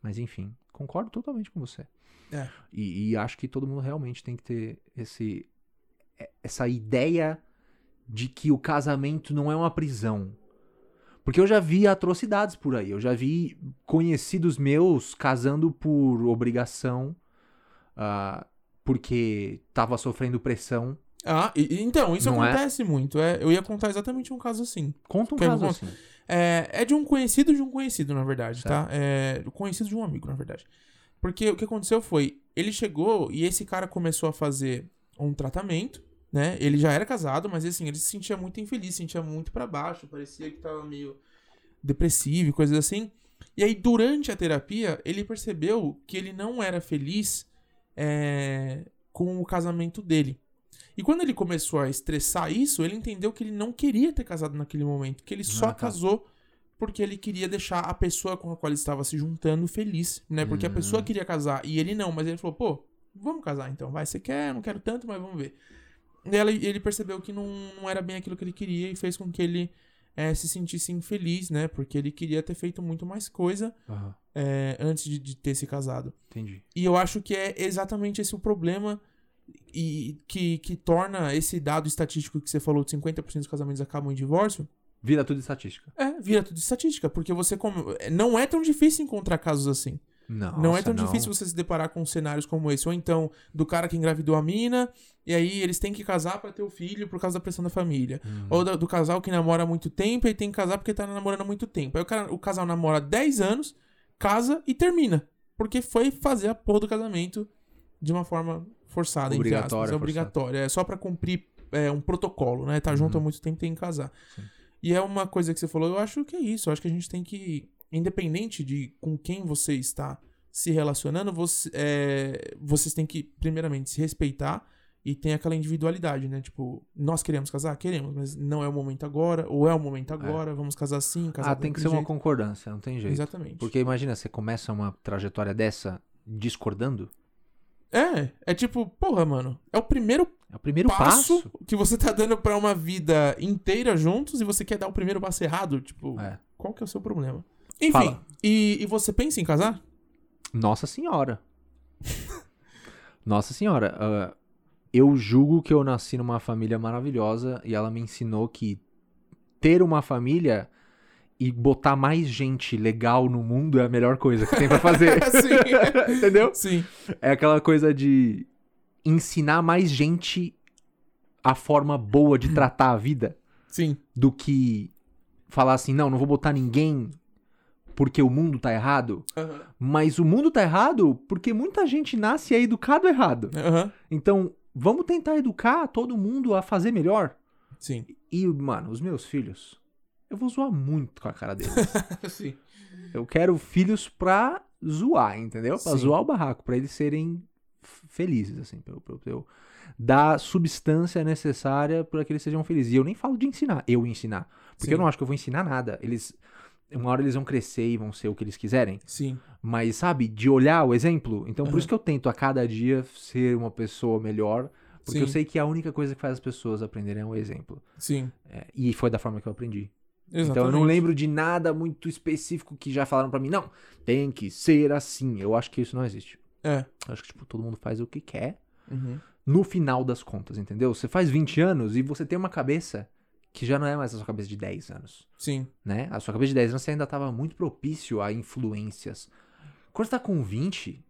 Speaker 1: Mas enfim, concordo totalmente com você.
Speaker 2: É.
Speaker 1: E, e acho que todo mundo realmente tem que ter esse, é- essa ideia de que o casamento não é uma prisão. Porque eu já vi atrocidades por aí. Eu já vi conhecidos meus casando por obrigação, ah, porque tava sofrendo pressão.
Speaker 2: Ah, e- e então, isso
Speaker 1: Não é?
Speaker 2: acontece muito. É, eu ia contar exatamente um caso assim.
Speaker 1: Conta um
Speaker 2: Quer que eu
Speaker 1: caso
Speaker 2: conte?
Speaker 1: assim.
Speaker 2: É, é de um conhecido de um conhecido, na verdade, tá? É conhecido de um amigo, na verdade. Porque o que aconteceu foi, ele chegou e esse cara começou a fazer um tratamento, né? Ele já era casado, mas assim, ele se sentia muito infeliz, se sentia muito pra baixo, parecia que tava meio depressivo e coisas assim. E aí, durante a terapia, ele percebeu que ele não era feliz é, com o casamento dele. E quando ele começou a estressar isso, ele entendeu que ele não queria ter casado naquele momento, que ele só
Speaker 1: Ah, tá.
Speaker 2: casou porque ele queria deixar a pessoa com a qual ele estava se juntando feliz, né? Porque a pessoa queria casar e ele não, mas ele falou, pô, vamos casar então, vai, você quer, eu não quero tanto, mas vamos ver. E ela- ele percebeu que não, não era bem aquilo que ele queria e fez com que ele eh, se sentisse infeliz, né? Porque ele queria ter feito muito mais coisa
Speaker 1: Aham,
Speaker 2: eh, antes de- de ter se casado.
Speaker 1: entendi.
Speaker 2: E eu acho que é exatamente esse o problema e que, que torna esse dado estatístico que você falou, de 50% dos casamentos acabam em divórcio,
Speaker 1: Vira tudo estatística.
Speaker 2: é, vira tudo estatística, porque você come- não é tão difícil encontrar casos assim.
Speaker 1: Não,
Speaker 2: não é tão difícil você se deparar com cenários como esse, ou então do cara que engravidou a mina e aí eles têm que casar pra ter o filho por causa da pressão da família.
Speaker 1: Hum.
Speaker 2: Ou da- do, casal que namora há muito tempo e tem que casar porque tá namorando há muito tempo. Aí o, cara- o casal namora há 10 anos, casa e termina. Porque foi fazer a porra do casamento de uma forma forçada, entre aspas.
Speaker 1: Obrigatória,
Speaker 2: É obrigatória. É só pra cumprir é, um protocolo, né? Tá junto há muito tempo, tem que casar. E é uma coisa que você falou, eu acho que é isso. Eu acho que a gente tem que, independente de com quem você está se relacionando, você, é, vocês têm que, primeiramente, se respeitar e tem aquela individualidade, né? Tipo, nós queremos casar? Queremos, mas não é o momento agora, ou é o momento agora, vamos casar sim, casar
Speaker 1: Ah, tem que ser uma concordância, não tem jeito.
Speaker 2: Exatamente.
Speaker 1: Porque imagina, você começa uma trajetória dessa discordando.
Speaker 2: É, é tipo, porra, mano, é o primeiro
Speaker 1: É o primeiro
Speaker 2: passo,
Speaker 1: passo.
Speaker 2: que você tá dando pra uma vida inteira juntos e você quer dar o primeiro passo errado, tipo,
Speaker 1: É.
Speaker 2: qual que é o seu problema? Enfim,
Speaker 1: Fala.
Speaker 2: e, e você pensa
Speaker 1: [laughs]
Speaker 2: em casar?
Speaker 1: Nossa Senhora. [laughs] Nossa Senhora. ah, eu julgo que eu nasci numa família maravilhosa e ela me ensinou que ter uma família e botar mais gente legal no mundo é a melhor coisa que tem pra fazer.
Speaker 2: [laughs] Sim.
Speaker 1: Entendeu?
Speaker 2: Sim,
Speaker 1: É aquela coisa de ensinar mais gente a forma boa de tratar a vida
Speaker 2: sim.
Speaker 1: do que falar assim, não, não vou botar ninguém porque o mundo tá errado.
Speaker 2: Aham.
Speaker 1: Mas o mundo tá errado porque muita gente nasce e é educado errado.
Speaker 2: Aham.
Speaker 1: Então, vamos tentar educar todo mundo a fazer melhor.
Speaker 2: Sim.
Speaker 1: E, mano, os meus filhos, eu vou zoar muito com a cara deles.
Speaker 2: sim.
Speaker 1: eu quero filhos pra zoar, entendeu? Pra
Speaker 2: Sim.
Speaker 1: zoar o barraco, pra eles serem f- felizes, assim, pra eu, pra eu- pra eu dar substância necessária pra que eles sejam felizes. E eu nem falo de ensinar, eu ensinar. Porque
Speaker 2: Sim.
Speaker 1: eu não acho que eu vou ensinar nada. Eles. Uma hora eles vão crescer e vão ser o que eles quiserem.
Speaker 2: Sim.
Speaker 1: Mas, sabe, de olhar o exemplo. Então, por
Speaker 2: Aham.
Speaker 1: isso que eu tento a cada dia ser uma pessoa melhor. Porque eu
Speaker 2: Sim.
Speaker 1: sei que a única coisa que faz as pessoas aprenderem é o exemplo.
Speaker 2: Sim.
Speaker 1: É, e foi da forma que eu aprendi.
Speaker 2: Exatamente.
Speaker 1: Então, eu não lembro de nada muito específico que já falaram pra mim. Não, tem que ser assim. Eu acho que isso não existe.
Speaker 2: É.
Speaker 1: Eu acho que, tipo, todo mundo faz o que quer.
Speaker 2: Uhum.
Speaker 1: No final das contas, entendeu? Você faz 20 anos e você tem uma cabeça que já não é mais a sua cabeça de 10 anos
Speaker 2: Sim.
Speaker 1: né? A sua cabeça de 10 anos você ainda estava muito propício a influências. Quando você tá com 20,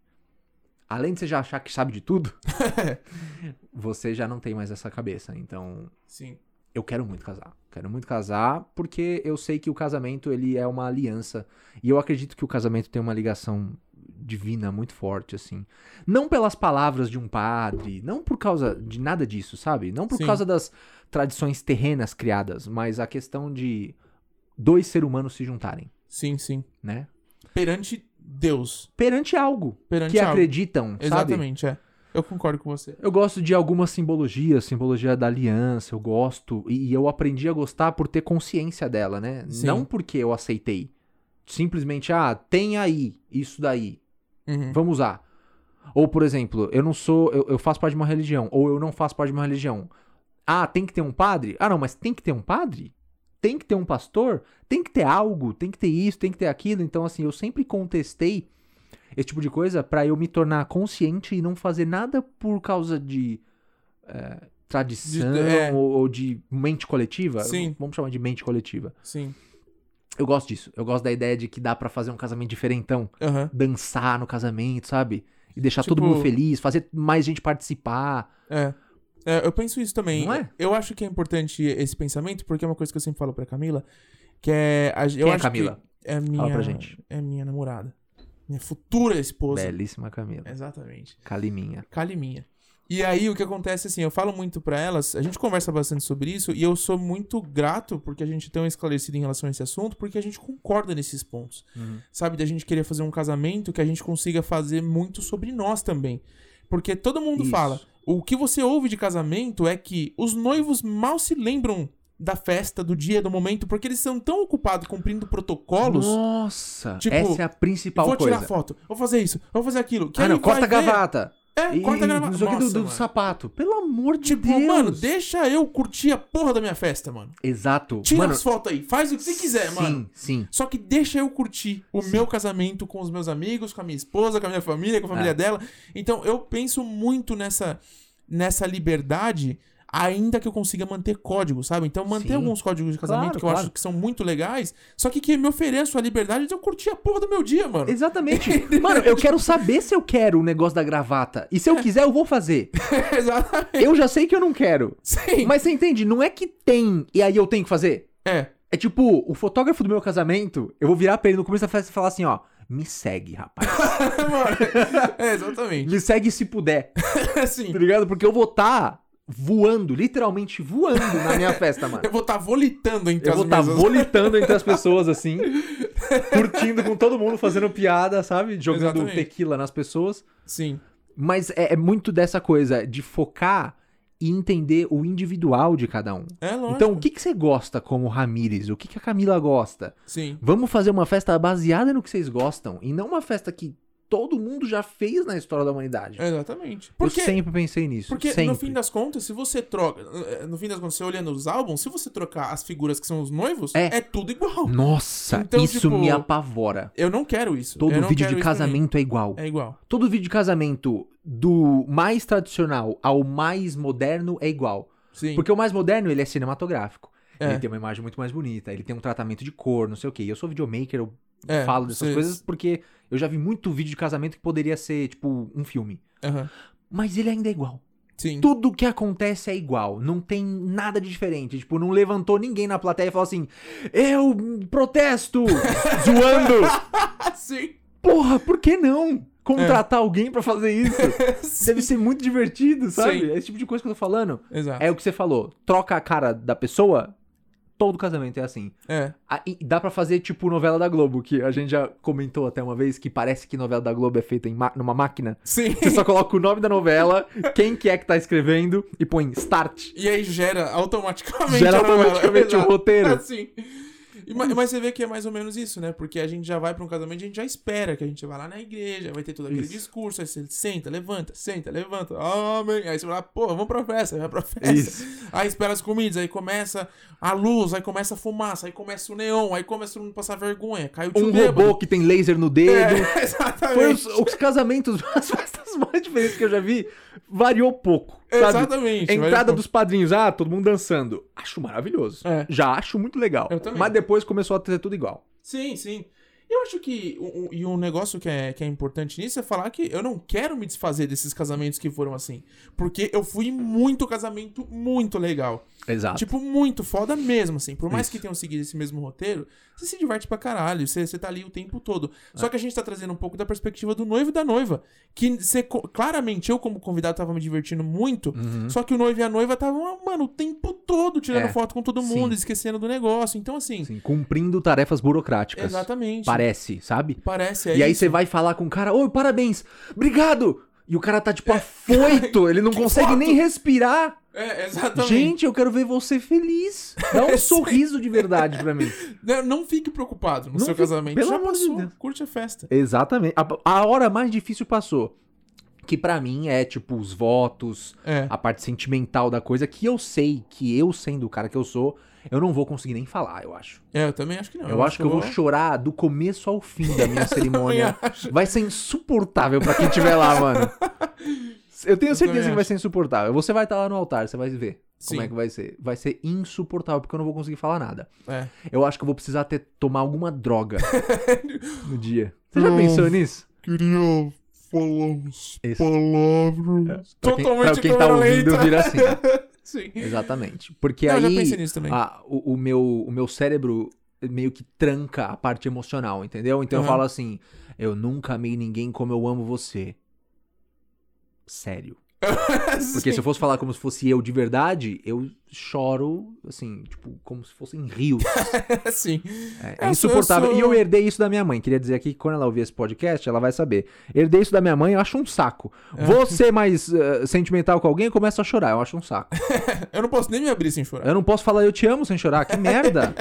Speaker 1: além de você já achar que sabe de tudo, você já não tem mais essa cabeça. Então,
Speaker 2: Sim.
Speaker 1: eu quero muito casar. Quero muito casar porque eu sei que o casamento ele é uma aliança e eu acredito que o casamento tem uma ligação divina muito forte assim. Não pelas palavras de um padre, não por causa de nada disso, sabe? Não por
Speaker 2: Sim.
Speaker 1: causa das tradições terrenas criadas, mas a questão de dois seres humanos se juntarem,
Speaker 2: Sim, sim.
Speaker 1: né?
Speaker 2: Perante Deus.
Speaker 1: Perante algo
Speaker 2: Perante
Speaker 1: que
Speaker 2: algo.
Speaker 1: acreditam, sabe?
Speaker 2: Exatamente, é. Eu concordo com você.
Speaker 1: Eu gosto de algumas simbologias, simbologia da aliança, eu gosto. E, e eu aprendi a gostar por ter consciência dela, né?
Speaker 2: Sim.
Speaker 1: Não porque eu aceitei. Simplesmente, ah, tem aí, isso daí,
Speaker 2: Uhum.
Speaker 1: vamos usar. Ou, por exemplo, eu não sou, eu, eu faço parte de uma religião, ou eu não faço parte de uma religião. Ah, tem que ter um padre? Ah, não, mas tem que ter um padre? Tem que ter um pastor? Tem que ter algo, tem que ter isso, tem que ter aquilo. Então, assim, eu sempre contestei esse tipo de coisa pra eu me tornar consciente e não fazer nada por causa de é, tradição
Speaker 2: De- é.
Speaker 1: ou, ou de mente coletiva.
Speaker 2: Sim.
Speaker 1: Vamos chamar de mente coletiva.
Speaker 2: Sim.
Speaker 1: Eu gosto disso. Eu gosto da ideia de que dá pra fazer um casamento diferentão
Speaker 2: Aham.
Speaker 1: dançar no casamento, sabe? E deixar todo
Speaker 2: Tipo-
Speaker 1: mundo feliz, fazer mais gente participar.
Speaker 2: É. É, eu penso isso também.
Speaker 1: Não é?
Speaker 2: Eu acho que é importante esse pensamento, porque é uma coisa que eu sempre falo pra Camila, que é... A, eu
Speaker 1: Quem é
Speaker 2: acho
Speaker 1: Camila?
Speaker 2: Que é minha,
Speaker 1: pra gente.
Speaker 2: É minha namorada. Minha futura esposa.
Speaker 1: Belíssima Camila.
Speaker 2: Exatamente.
Speaker 1: Caliminha.
Speaker 2: Caliminha. E aí o que acontece assim, eu falo muito pra elas, a gente conversa bastante sobre isso e eu sou muito grato porque a gente tem um esclarecido em relação a esse assunto, porque a gente concorda nesses pontos.
Speaker 1: Uhum.
Speaker 2: Sabe, da gente querer fazer um casamento que a gente consiga fazer muito sobre nós também. Porque todo mundo
Speaker 1: Isso.
Speaker 2: fala: O que você ouve de casamento é que os noivos mal se lembram da festa, do dia, do momento, porque eles são tão ocupados cumprindo protocolos.
Speaker 1: Nossa,
Speaker 2: Tipo,
Speaker 1: essa é a principal
Speaker 2: vou
Speaker 1: coisa.
Speaker 2: tirar foto, vou fazer isso, vou fazer aquilo. Que
Speaker 1: ah,
Speaker 2: aí
Speaker 1: não,
Speaker 2: vai
Speaker 1: corta a
Speaker 2: ver-
Speaker 1: gravata.
Speaker 2: É,
Speaker 1: E-
Speaker 2: corta a
Speaker 1: e
Speaker 2: gravata.
Speaker 1: não sei o que do-
Speaker 2: Nossa,
Speaker 1: do,
Speaker 2: mano.
Speaker 1: sapato. Pelo amor de
Speaker 2: Tipo,
Speaker 1: Deus.
Speaker 2: mano, deixa eu curtir a porra da minha festa, mano.
Speaker 1: Exato.
Speaker 2: Tira
Speaker 1: mano,
Speaker 2: as fotos aí, faz o que você quiser,
Speaker 1: sim,
Speaker 2: mano.
Speaker 1: Sim,
Speaker 2: Só que deixa eu curtir o meu casamento com os meus amigos, com a minha esposa, com a minha família, com a família
Speaker 1: É.
Speaker 2: dela. Então eu penso muito nessa nessa liberdade, ainda que eu consiga manter código, sabe? Então manter
Speaker 1: Sim.
Speaker 2: alguns códigos de
Speaker 1: Claro,
Speaker 2: casamento que eu acho
Speaker 1: claro.
Speaker 2: que são muito legais, só que que me ofereçam a liberdade de eu curtir a porra do meu dia, mano. [laughs]
Speaker 1: Exatamente. mano, eu quero saber se eu quero o negócio da gravata. E se eu quiser, eu vou fazer.
Speaker 2: [laughs] Exatamente.
Speaker 1: Eu já sei que eu não
Speaker 2: [laughs]
Speaker 1: quero.
Speaker 2: Sim.
Speaker 1: Mas você entende? Não é que tem e aí eu tenho que fazer.
Speaker 2: É. [laughs]
Speaker 1: É tipo, o fotógrafo do meu casamento, eu vou virar pra ele no começo da festa e falar assim, ó, me segue,
Speaker 2: [laughs]
Speaker 1: rapaz.
Speaker 2: Mano, é, exatamente. [laughs]
Speaker 1: Me segue se puder,
Speaker 2: Assim,
Speaker 1: tá ligado? Porque eu vou estar voando, literalmente voando na minha festa, mano.
Speaker 2: eu vou estar volitando entre
Speaker 1: Eu
Speaker 2: as
Speaker 1: vou tá estar
Speaker 2: mesas.
Speaker 1: volitando entre
Speaker 2: [laughs]
Speaker 1: as pessoas, assim, curtindo com todo mundo, fazendo piada, sabe? Jogando
Speaker 2: Exatamente.
Speaker 1: tequila nas pessoas.
Speaker 2: Sim.
Speaker 1: Mas é, é muito dessa coisa de focar e entender o individual de cada um.
Speaker 2: É lógico.
Speaker 1: Então, o que, que você gosta como Ramires? O que, que a Camila gosta?
Speaker 2: Sim.
Speaker 1: Vamos fazer uma festa baseada no que vocês gostam e não uma festa que todo mundo já fez na história da humanidade.
Speaker 2: Exatamente.
Speaker 1: Eu
Speaker 2: É, Porque
Speaker 1: sempre pensei nisso.
Speaker 2: Porque no
Speaker 1: sempre.
Speaker 2: fim das contas, se você troca. eh, No fim das contas, você olhando os álbuns, se você trocar as figuras que são os noivos, é,
Speaker 1: É.
Speaker 2: tudo igual.
Speaker 1: Nossa,
Speaker 2: Então,
Speaker 1: isso
Speaker 2: tipo,
Speaker 1: me apavora.
Speaker 2: Eu não quero isso.
Speaker 1: Todo
Speaker 2: Eu não
Speaker 1: vídeo
Speaker 2: quero
Speaker 1: de
Speaker 2: isso pra mim.
Speaker 1: casamento é igual.
Speaker 2: é igual.
Speaker 1: Todo vídeo de casamento do mais tradicional ao mais moderno é igual.
Speaker 2: Sim.
Speaker 1: Porque o mais moderno, ele é cinematográfico.
Speaker 2: É.
Speaker 1: Ele tem uma imagem muito mais bonita, ele tem um tratamento de cor, não sei o quê. E eu sou videomaker, eu
Speaker 2: É,
Speaker 1: um falo dessas
Speaker 2: cês-
Speaker 1: coisas porque eu já vi muito vídeo de casamento que poderia ser, tipo, um filme.
Speaker 2: Aham.
Speaker 1: Mas ele ainda é igual.
Speaker 2: Sim.
Speaker 1: Tudo que acontece é igual. Não tem nada de diferente. Tipo, não levantou ninguém na plateia e falou assim: Eu protesto! zoando!
Speaker 2: [laughs] Ah,
Speaker 1: [laughs]
Speaker 2: sim.
Speaker 1: Porra, por que não? Contratar alguém pra fazer isso?
Speaker 2: Sim.
Speaker 1: Deve ser muito divertido, sabe?
Speaker 2: Sim.
Speaker 1: É Esse tipo de coisa que eu tô falando.
Speaker 2: Exato.
Speaker 1: É o que você falou. Troca a cara da pessoa. Todo casamento é assim.
Speaker 2: É.
Speaker 1: Ah, e dá pra fazer tipo novela da Globo, que a gente já comentou até uma vez que parece que novela da Globo é feita em ma- numa máquina.
Speaker 2: Sim.
Speaker 1: Você só coloca o nome da novela, quem que é que tá escrevendo e põe start.
Speaker 2: E aí gera automaticamente.
Speaker 1: Gera
Speaker 2: a novela.
Speaker 1: automaticamente o
Speaker 2: Exato.
Speaker 1: roteiro.
Speaker 2: [laughs] Assim. E ma- mas você vê que é mais ou menos isso, né? Porque a gente já vai pra um casamento, a gente já espera que a gente vai lá na igreja, vai ter todo aquele
Speaker 1: Isso.
Speaker 2: discurso, aí você senta, levanta, senta, levanta, amém. Aí você vai lá, pô, vamos pra festa, vai pra festa.
Speaker 1: Isso.
Speaker 2: Aí espera as comidas, aí começa a luz, aí começa a fumaça, aí começa o neon, aí começa todo mundo passar vergonha, caiu o tio
Speaker 1: Um
Speaker 2: bêbado.
Speaker 1: robô que tem laser no dedo.
Speaker 2: É,
Speaker 1: Foi um
Speaker 2: [laughs] exatamente.
Speaker 1: os, os casamentos, [laughs] as festas mais diferentes que eu já vi, variou pouco. sabe?
Speaker 2: Exatamente.
Speaker 1: A
Speaker 2: vai-
Speaker 1: Entrada dos padrinhos, ah, todo mundo dançando. Acho maravilhoso.
Speaker 2: É.
Speaker 1: Já acho muito legal.
Speaker 2: Eu também.
Speaker 1: Mas depois começou a ter tudo igual.
Speaker 2: Sim, sim. Eu acho que. o- o- E um negócio que é, que é importante nisso é falar que eu não quero me desfazer desses casamentos que foram assim. Porque eu fui em muito casamento muito legal.
Speaker 1: Exato.
Speaker 2: Tipo, muito foda mesmo, assim. Por
Speaker 1: Ah,
Speaker 2: mais
Speaker 1: Isso.
Speaker 2: que tenham seguido esse mesmo roteiro, você se diverte pra caralho. Você, você tá ali o tempo todo.
Speaker 1: É.
Speaker 2: Só que a gente tá trazendo um pouco da perspectiva do noivo e da noiva. Que você, co- claramente eu, como convidado, tava me divertindo muito. Só que o noivo e a noiva estavam, mano, o tempo todo tirando
Speaker 1: Uhum. É.
Speaker 2: foto com todo
Speaker 1: Sim.
Speaker 2: mundo, esquecendo do negócio. Então, assim.
Speaker 1: Assim, cumprindo tarefas burocráticas.
Speaker 2: Exatamente.
Speaker 1: Parece, sabe?
Speaker 2: Parece, é
Speaker 1: e aí
Speaker 2: isso.
Speaker 1: você vai falar com o cara, ô, parabéns, obrigado! E o cara tá, tipo,
Speaker 2: [laughs]
Speaker 1: afoito, ele não consegue
Speaker 2: É. foto!
Speaker 1: nem respirar.
Speaker 2: É, exatamente.
Speaker 1: Gente, eu quero ver você feliz. Dá
Speaker 2: [laughs]
Speaker 1: um sorriso de verdade pra mim.
Speaker 2: Não, não fique preocupado no
Speaker 1: Não
Speaker 2: seu
Speaker 1: fique-
Speaker 2: casamento.
Speaker 1: pelo
Speaker 2: Já
Speaker 1: amor de
Speaker 2: passou.
Speaker 1: Deus.
Speaker 2: Curte a festa.
Speaker 1: Exatamente. A, a hora mais difícil passou. Que pra mim é, tipo, os votos,
Speaker 2: É.
Speaker 1: a parte sentimental da coisa, que eu sei que eu, sendo o cara que eu sou, eu não vou conseguir nem falar, eu acho.
Speaker 2: É, eu também acho que não.
Speaker 1: Eu acho que eu vou né? chorar do começo ao fim da
Speaker 2: [laughs]
Speaker 1: minha cerimônia. Vai ser insuportável pra quem estiver lá,
Speaker 2: [laughs]
Speaker 1: mano. Eu tenho certeza
Speaker 2: Eu também
Speaker 1: que vai ser insuportável. Você vai estar lá no altar, você vai ver
Speaker 2: Sim.
Speaker 1: como é que vai ser. Vai ser insuportável, porque eu não vou conseguir falar nada.
Speaker 2: É.
Speaker 1: Eu acho que eu vou precisar ter, tomar alguma
Speaker 2: [laughs]
Speaker 1: droga no dia. Você já pensou nisso?
Speaker 2: Queria falar uns
Speaker 1: Esse-
Speaker 2: palavras.
Speaker 1: É, Pra quem, pra quem tá ouvindo, vira
Speaker 2: [laughs]
Speaker 1: assim.
Speaker 2: Sim.
Speaker 1: Exatamente. Porque
Speaker 2: Não,
Speaker 1: aí
Speaker 2: eu já pensei nisso também.
Speaker 1: a- o, o meu, o meu cérebro meio que tranca a parte emocional, entendeu? Então
Speaker 2: Aham.
Speaker 1: eu falo assim: eu nunca amei ninguém como eu amo você. Sério.
Speaker 2: [laughs]
Speaker 1: Porque se eu fosse falar como se fosse eu de verdade, eu choro, assim, tipo, como se fossem rios.
Speaker 2: Sim.
Speaker 1: É,
Speaker 2: Eu sou-
Speaker 1: insuportável.
Speaker 2: eu sou-
Speaker 1: E eu herdei isso da minha mãe. Queria dizer aqui que quando ela ouvir esse podcast, ela vai saber. Herdei isso da minha mãe, eu acho um saco.
Speaker 2: É.
Speaker 1: Vou ser mais eh, sentimental com alguém, eu começo a chorar, eu acho um saco.
Speaker 2: Eu não posso nem me abrir sem chorar.
Speaker 1: Eu não posso falar eu te amo sem chorar,
Speaker 2: [laughs]
Speaker 1: que merda.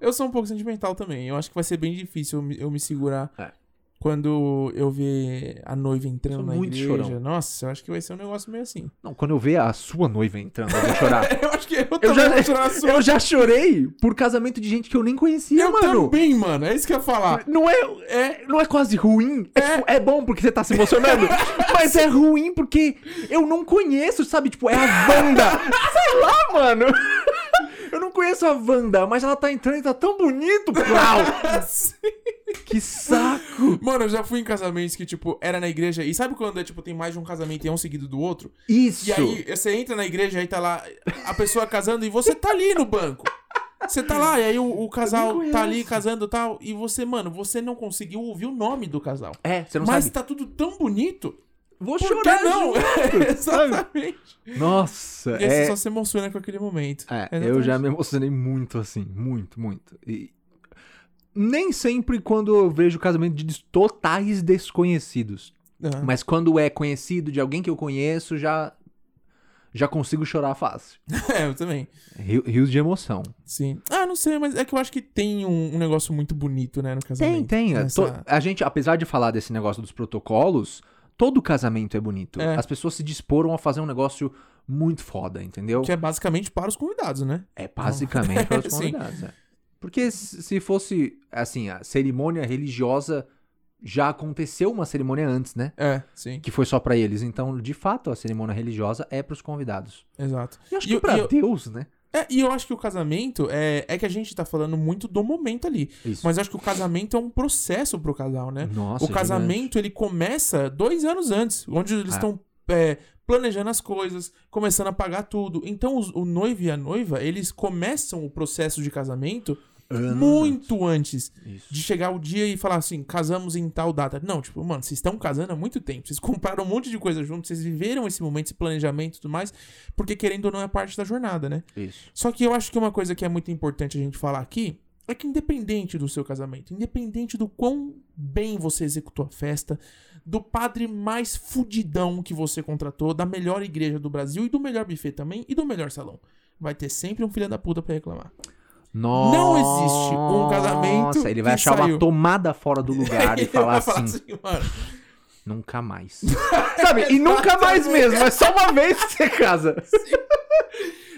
Speaker 2: Eu sou um pouco sentimental também. Eu acho que vai ser bem difícil eu me, eu me segurar
Speaker 1: É.
Speaker 2: quando eu ver a noiva entrando
Speaker 1: Sou
Speaker 2: na
Speaker 1: muito
Speaker 2: igreja.
Speaker 1: chorão.
Speaker 2: Nossa, eu acho que vai ser um negócio meio assim.
Speaker 1: Não, quando eu ver a sua noiva entrando, eu vou chorar.
Speaker 2: eu acho que eu, também
Speaker 1: já-
Speaker 2: vou chorar a [laughs] sua.
Speaker 1: Eu já chorei por casamento de gente que eu nem conhecia,
Speaker 2: Eu
Speaker 1: mano.
Speaker 2: também, mano. É isso que eu
Speaker 1: [laughs]
Speaker 2: ia falar.
Speaker 1: Não é, é- não é quase ruim. É, tipo, é bom porque você tá se
Speaker 2: [laughs]
Speaker 1: emocionando. mas é ruim porque eu não conheço, sabe? Tipo, é a Wanda. Sei lá, mano. [laughs] Eu não conheço a Wanda, mas ela tá entrando e tá tão bonito, Plau. assim. que saco.
Speaker 2: Mano, eu já fui em casamentos que, tipo, era na igreja. E sabe quando é, tipo, tem mais de um casamento e é um seguido do outro?
Speaker 1: Isso.
Speaker 2: E aí você entra na igreja e tá lá a pessoa casando e você tá ali no banco. Você tá lá, e aí o, o casal
Speaker 1: conheço.
Speaker 2: tá ali casando e tal. E você, mano, você não conseguiu ouvir o nome do casal.
Speaker 1: É, você não
Speaker 2: Mas
Speaker 1: sabe.
Speaker 2: tá tudo tão bonito.
Speaker 1: Vou
Speaker 2: Por que não? [laughs] Exatamente.
Speaker 1: Nossa,
Speaker 2: E aí você
Speaker 1: é,
Speaker 2: só se emociona com aquele momento.
Speaker 1: É, eu
Speaker 2: Exatamente.
Speaker 1: já me emocionei muito, assim, muito, muito. E nem sempre quando eu vejo casamento de des- totais desconhecidos.
Speaker 2: Ah,
Speaker 1: Mas quando é conhecido de alguém que eu conheço, já já consigo chorar fácil.
Speaker 2: É, [laughs] eu também.
Speaker 1: Ri- Rios de emoção.
Speaker 2: Sim. Ah, não sei, mas é que eu acho que tem um, um negócio muito bonito, né, no
Speaker 1: Tem,
Speaker 2: casamento.
Speaker 1: tem.
Speaker 2: Essa-
Speaker 1: É, To- A gente, apesar de falar desse negócio dos protocolos, todo casamento é bonito.
Speaker 2: É.
Speaker 1: As pessoas se disporam a fazer um negócio muito foda, entendeu?
Speaker 2: Que é basicamente para os convidados, né?
Speaker 1: É basicamente [laughs] para os
Speaker 2: Sim.
Speaker 1: convidados. é. Porque se se fosse, assim, a cerimônia religiosa já aconteceu uma cerimônia antes, né?
Speaker 2: É, sim.
Speaker 1: Que foi só pra eles. Então, de fato, a cerimônia religiosa é pros convidados.
Speaker 2: Exato.
Speaker 1: E acho
Speaker 2: E
Speaker 1: que
Speaker 2: eu-
Speaker 1: pra
Speaker 2: e eu-
Speaker 1: Deus, né?
Speaker 2: É, e eu acho que o casamento é, é que a gente tá falando muito do momento ali.
Speaker 1: Isso.
Speaker 2: Mas eu acho que o casamento é um processo pro casal, né?
Speaker 1: Nossa, é
Speaker 2: o casamento ele começa dois anos antes, onde eles
Speaker 1: Ah.
Speaker 2: estão é, planejando as coisas, começando a pagar tudo. Então os- o noivo e a noiva eles começam o processo de casamento
Speaker 1: gigante. Anos-
Speaker 2: muito antes
Speaker 1: Isso.
Speaker 2: de chegar o dia e falar assim, casamos em tal data. Não, tipo, mano, vocês estão casando há muito tempo, vocês [laughs] compraram um monte de coisa junto, vocês viveram esse momento, esse planejamento e tudo mais, porque querendo ou não é parte da jornada, né?
Speaker 1: Isso.
Speaker 2: Só que eu acho que uma coisa que é muito importante a gente falar aqui é que independente do seu casamento, independente do quão bem você executou a festa, do padre mais fudidão que você contratou, da melhor igreja do Brasil e do melhor buffet também e do melhor salão, vai ter sempre um filho da puta pra reclamar.
Speaker 1: Nossa,
Speaker 2: existe um casamento
Speaker 1: Nossa, ele vai
Speaker 2: que
Speaker 1: achar uma
Speaker 2: saiu.
Speaker 1: tomada fora
Speaker 2: [laughs]
Speaker 1: do lugar e
Speaker 2: Ele
Speaker 1: falar
Speaker 2: vai falar
Speaker 1: assim,
Speaker 2: assim, mano,
Speaker 1: nunca
Speaker 2: [laughs]
Speaker 1: mais. Sabe? E nunca mais mesmo. É só uma vez que você casa.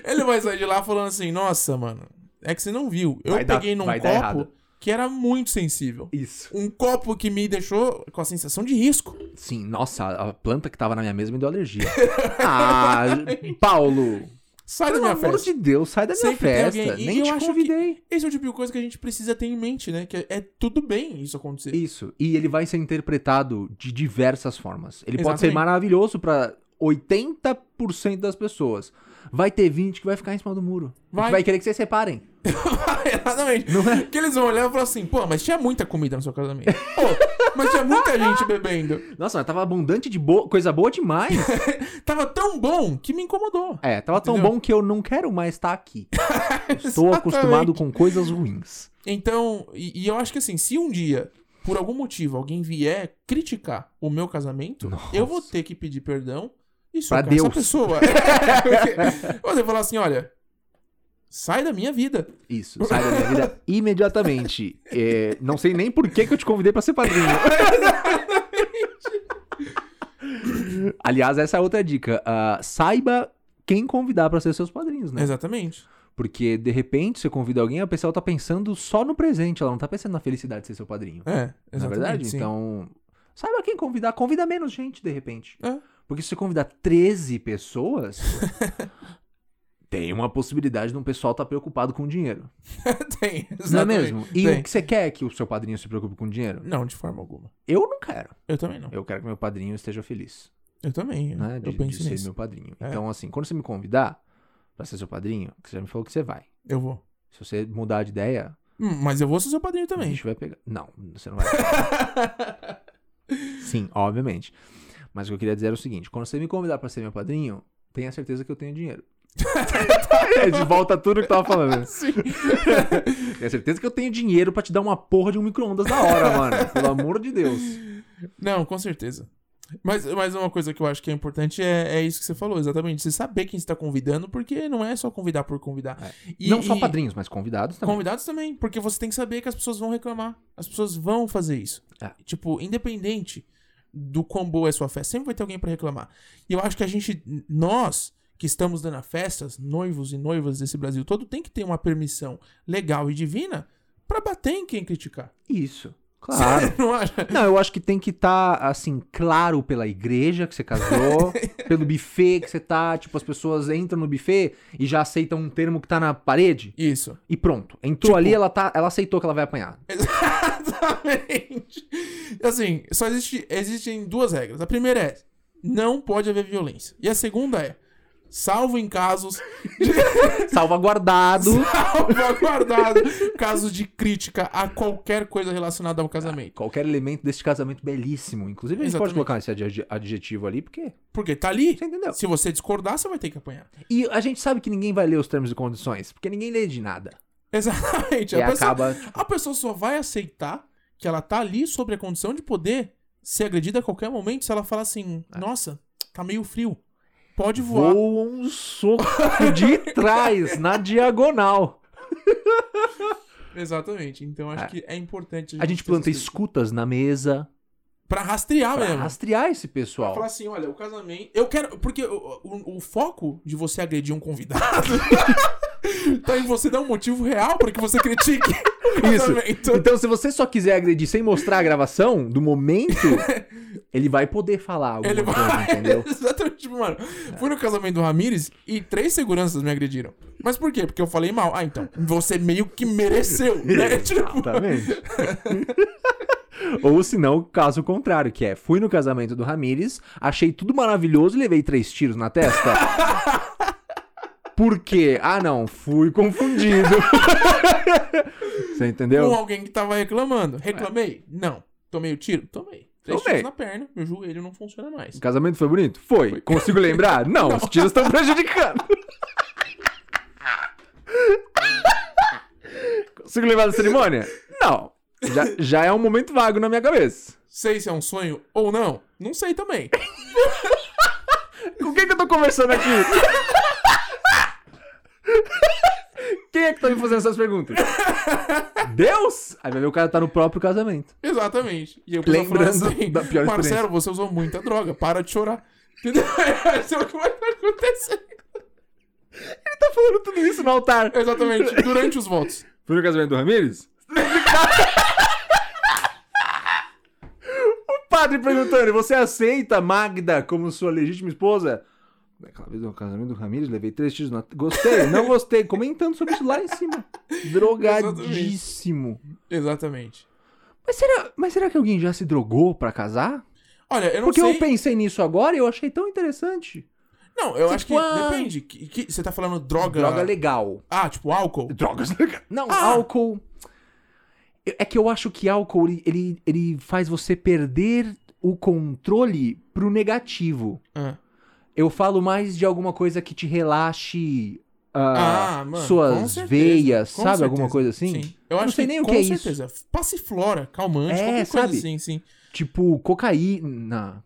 Speaker 2: Ele vai sair de lá falando assim, nossa, mano, é que você não viu. Eu
Speaker 1: Vai dar-
Speaker 2: peguei num
Speaker 1: vai dar
Speaker 2: copo
Speaker 1: errado.
Speaker 2: que era muito sensível.
Speaker 1: Isso.
Speaker 2: Um copo que me deixou com a sensação de risco.
Speaker 1: Sim, nossa, a a planta que tava na minha mesa me deu alergia.
Speaker 2: [laughs]
Speaker 1: ah, Paulo,
Speaker 2: Sai da
Speaker 1: pelo
Speaker 2: minha
Speaker 1: amor
Speaker 2: festa.
Speaker 1: de Deus, sai da
Speaker 2: Sempre tem
Speaker 1: minha festa.
Speaker 2: alguém. E
Speaker 1: Nem
Speaker 2: eu
Speaker 1: te
Speaker 2: acho
Speaker 1: convidei.
Speaker 2: Esse é o tipo de coisa que a gente precisa ter em mente, né? Que é, é tudo bem isso acontecer.
Speaker 1: Isso, e ele vai ser interpretado de diversas formas. Ele pode ser
Speaker 2: Exatamente.
Speaker 1: maravilhoso pra 80% das pessoas. Vai ter 20 que vai ficar em cima do muro. Vai,
Speaker 2: Vai.
Speaker 1: que vai querer que vocês separem.
Speaker 2: [laughs] Exatamente.
Speaker 1: Não é?
Speaker 2: Porque eles vão olhar e falar assim, pô, mas tinha muita comida no seu casamento. Pô, mas tinha muita gente bebendo.
Speaker 1: [laughs] Nossa, mas tava abundante de bo- coisa boa demais.
Speaker 2: Tava tão bom que me incomodou.
Speaker 1: [laughs] É, tava tão
Speaker 2: Entendeu?
Speaker 1: bom que eu não quero mais estar [laughs] aqui. Estou acostumado com coisas ruins.
Speaker 2: Então, e, e eu acho que assim, se um dia, por algum motivo, alguém vier criticar o meu casamento,
Speaker 1: Nossa.
Speaker 2: eu vou ter que pedir perdão e
Speaker 1: Pra
Speaker 2: socar
Speaker 1: Deus.
Speaker 2: essa
Speaker 1: [laughs]
Speaker 2: pessoa. [laughs] Porque eu vou falar assim, olha, sai da minha vida.
Speaker 1: Isso, sai da minha
Speaker 2: [laughs]
Speaker 1: vida imediatamente. É, não sei nem por que, que eu te convidei pra ser
Speaker 2: [laughs]
Speaker 1: padrinho. Aliás, essa é outra dica. Ah, saiba quem convidar pra ser seus padrinhos, né?
Speaker 2: Exatamente.
Speaker 1: Porque de repente você convida alguém, a pessoa tá pensando só no presente, ela não tá pensando na felicidade de ser seu padrinho.
Speaker 2: É, exatamente.
Speaker 1: Na verdade,
Speaker 2: sim.
Speaker 1: então saiba quem convidar, convida menos gente de repente.
Speaker 2: É.
Speaker 1: Porque se você convidar 13
Speaker 2: [laughs]
Speaker 1: pessoas, tem uma possibilidade de um pessoal estar preocupado com dinheiro.
Speaker 2: [laughs] Tem,
Speaker 1: Não é
Speaker 2: exatamente.
Speaker 1: mesmo? E
Speaker 2: Tem.
Speaker 1: o que você quer é que o seu padrinho se preocupe com dinheiro?
Speaker 2: Não, de forma alguma.
Speaker 1: Eu não quero.
Speaker 2: Eu também não.
Speaker 1: Eu quero que meu padrinho esteja feliz,
Speaker 2: Eu também. eu-
Speaker 1: né? De,
Speaker 2: eu penso
Speaker 1: de ser
Speaker 2: nisso.
Speaker 1: meu padrinho.
Speaker 2: É.
Speaker 1: Então, assim, quando você me convidar pra ser seu padrinho, que você já me falou que você vai.
Speaker 2: Eu vou.
Speaker 1: Se você mudar de ideia,
Speaker 2: Hum, Mas eu vou ser seu padrinho
Speaker 1: o
Speaker 2: também.
Speaker 1: bicho vai pegar. Não, você não vai. Sim, obviamente. Mas o que eu queria dizer era o seguinte: quando você me convidar pra ser meu padrinho, tenha certeza que eu tenho
Speaker 2: [laughs]
Speaker 1: dinheiro. É, de volta a tudo que eu tava falando.
Speaker 2: [laughs] Sim.
Speaker 1: Tenha certeza que eu tenho dinheiro pra te dar uma porra de um micro-ondas na hora, mano. Pelo amor de Deus.
Speaker 2: Não, com certeza. Mas, mas uma coisa que eu acho que é importante é, é isso que você falou, exatamente. Você saber quem está convidando, porque não é só convidar por convidar. E-
Speaker 1: É. Não só
Speaker 2: e
Speaker 1: padrinhos, mas convidados também.
Speaker 2: Convidados também, porque você tem que saber que as pessoas vão reclamar. As pessoas vão fazer isso.
Speaker 1: É.
Speaker 2: Tipo, independente do quão boa é sua festa, sempre vai ter alguém pra reclamar. E eu acho que a gente, nós que estamos dando a festas, noivos e noivas desse Brasil todo, tem que ter uma permissão legal e divina pra bater em quem criticar.
Speaker 1: Isso. [laughs] Claro.
Speaker 2: Não acha?
Speaker 1: [laughs] Não, eu acho que tem que estar, assim, claro pela igreja que você
Speaker 2: [laughs]
Speaker 1: casou, pelo buffet que você tá. Tipo, as pessoas entram no buffet e já aceitam um termo que tá na parede
Speaker 2: Isso.
Speaker 1: [laughs] e pronto. Entrou
Speaker 2: Tipo-
Speaker 1: ali, ela, tá, ela aceitou que ela vai apanhar.
Speaker 2: Exatamente. Assim, só existe, existem duas regras. A primeira é: não pode haver violência. E a segunda é: salvo em casos [laughs]
Speaker 1: Salvaguardado.
Speaker 2: salvaguardado, casos de crítica a qualquer coisa relacionada ao casamento.
Speaker 1: Qualquer elemento deste casamento belíssimo. Inclusive, a gente
Speaker 2: Exatamente.
Speaker 1: pode colocar esse adje- adjetivo ali, porque.
Speaker 2: Porque tá ali.
Speaker 1: Você entendeu?
Speaker 2: Se você discordar, você vai ter que apanhar. [laughs]
Speaker 1: E a gente sabe que ninguém vai ler os termos e condições, porque ninguém lê de nada.
Speaker 2: Exatamente.
Speaker 1: e
Speaker 2: A pessoa,
Speaker 1: acaba.
Speaker 2: a pessoa só vai aceitar que ela tá ali sobre a condição de poder ser agredida a qualquer momento se ela falar assim:
Speaker 1: É.
Speaker 2: nossa, tá meio frio. Pode voar.
Speaker 1: Voa um soco de trás, na diagonal.
Speaker 2: Exatamente. Então acho
Speaker 1: É.
Speaker 2: que é importante.
Speaker 1: A gente
Speaker 2: ter
Speaker 1: planta
Speaker 2: essas coisas.
Speaker 1: escutas na mesa.
Speaker 2: Pra rastrear
Speaker 1: pra
Speaker 2: mesmo.
Speaker 1: rastrear esse pessoal.
Speaker 2: Falar assim, olha, o casamento. Eu quero. Porque o, o- o foco de você agredir um convidado [laughs] tá em você dar um motivo real pra que você critique o
Speaker 1: Isso.
Speaker 2: casamento.
Speaker 1: Então, se você só quiser agredir sem mostrar a gravação do
Speaker 2: [laughs]
Speaker 1: momento, ele vai poder falar alguma
Speaker 2: Ele
Speaker 1: coisa,
Speaker 2: vai.
Speaker 1: entendeu?
Speaker 2: [laughs] Exatamente, tipo, mano. Fui no casamento do Ramires e três seguranças me agrediram. Mas por quê? Porque eu falei mal. Ah, então. Você meio que
Speaker 1: [laughs]
Speaker 2: mereceu. Né? Tipo,
Speaker 1: tá Exatamente. [laughs] Ou se não, caso contrário, que é, fui no casamento do Ramires, achei tudo maravilhoso e levei três tiros na [laughs] testa. Por quê? Ah, não, fui confundido. [laughs] Você
Speaker 2: com
Speaker 1: entendeu?
Speaker 2: alguém que tava reclamando. Reclamei? Não. Tomei o tiro? Tomei. Três
Speaker 1: Tomei.
Speaker 2: tiros na perna, meu joelho não funciona mais.
Speaker 1: O casamento foi bonito? Foi. Consigo lembrar? Não, os tiros estão [laughs] prejudicando. Consigo lembrar da cerimônia? Não. Já, já é um momento vago na minha cabeça.
Speaker 2: Sei se é um sonho ou não, não sei também.
Speaker 1: Com quem que eu tô conversando aqui? Quem é que tá me fazendo essas perguntas? Deus? Aí vai ver o cara tá no próprio casamento.
Speaker 2: Exatamente. E eu pessoal
Speaker 1: Lembrando
Speaker 2: falando assim,
Speaker 1: da pior
Speaker 2: Marcelo, você usou muita droga, para de chorar. Entendeu? [laughs] Isso é o que vai acontecer.
Speaker 1: Ele tá falando tudo isso no altar.
Speaker 2: Exatamente, durante os votos.
Speaker 1: Foi no casamento do Ramires? o padre perguntando: Você aceita Magda como sua legítima esposa? Aquela vez no casamento do Ramires, levei três tiros na. Gostei, não gostei. Comentando sobre isso lá em cima. Drogadíssimo.
Speaker 2: Exatamente.
Speaker 1: Mas será, mas será que alguém já se drogou pra casar?
Speaker 2: Olha, eu não
Speaker 1: Porque
Speaker 2: sei.
Speaker 1: eu pensei nisso agora e eu achei tão interessante.
Speaker 2: Não, eu
Speaker 1: Tipo,
Speaker 2: acho que
Speaker 1: ah,
Speaker 2: depende. Que, que- você tá falando droga.
Speaker 1: Droga legal.
Speaker 2: Ah, tipo álcool?
Speaker 1: Drogas legais. Não,
Speaker 2: Ah!
Speaker 1: álcool. É que eu acho que álcool ele, ele, ele faz você perder o controle pro negativo.
Speaker 2: Ah,
Speaker 1: Eu falo mais de alguma coisa que te relaxe ah,
Speaker 2: Ah, mano, com
Speaker 1: suas
Speaker 2: certeza,
Speaker 1: veias,
Speaker 2: com
Speaker 1: sabe? Alguma
Speaker 2: certeza.
Speaker 1: coisa assim?
Speaker 2: Sim. Eu
Speaker 1: Não
Speaker 2: acho
Speaker 1: sei
Speaker 2: que,
Speaker 1: nem o
Speaker 2: com
Speaker 1: que é isso.
Speaker 2: certeza. Passiflora, calmante,
Speaker 1: É,
Speaker 2: qualquer coisa
Speaker 1: sabe?
Speaker 2: assim, sim.
Speaker 1: Tipo,
Speaker 2: [laughs]
Speaker 1: cocaína.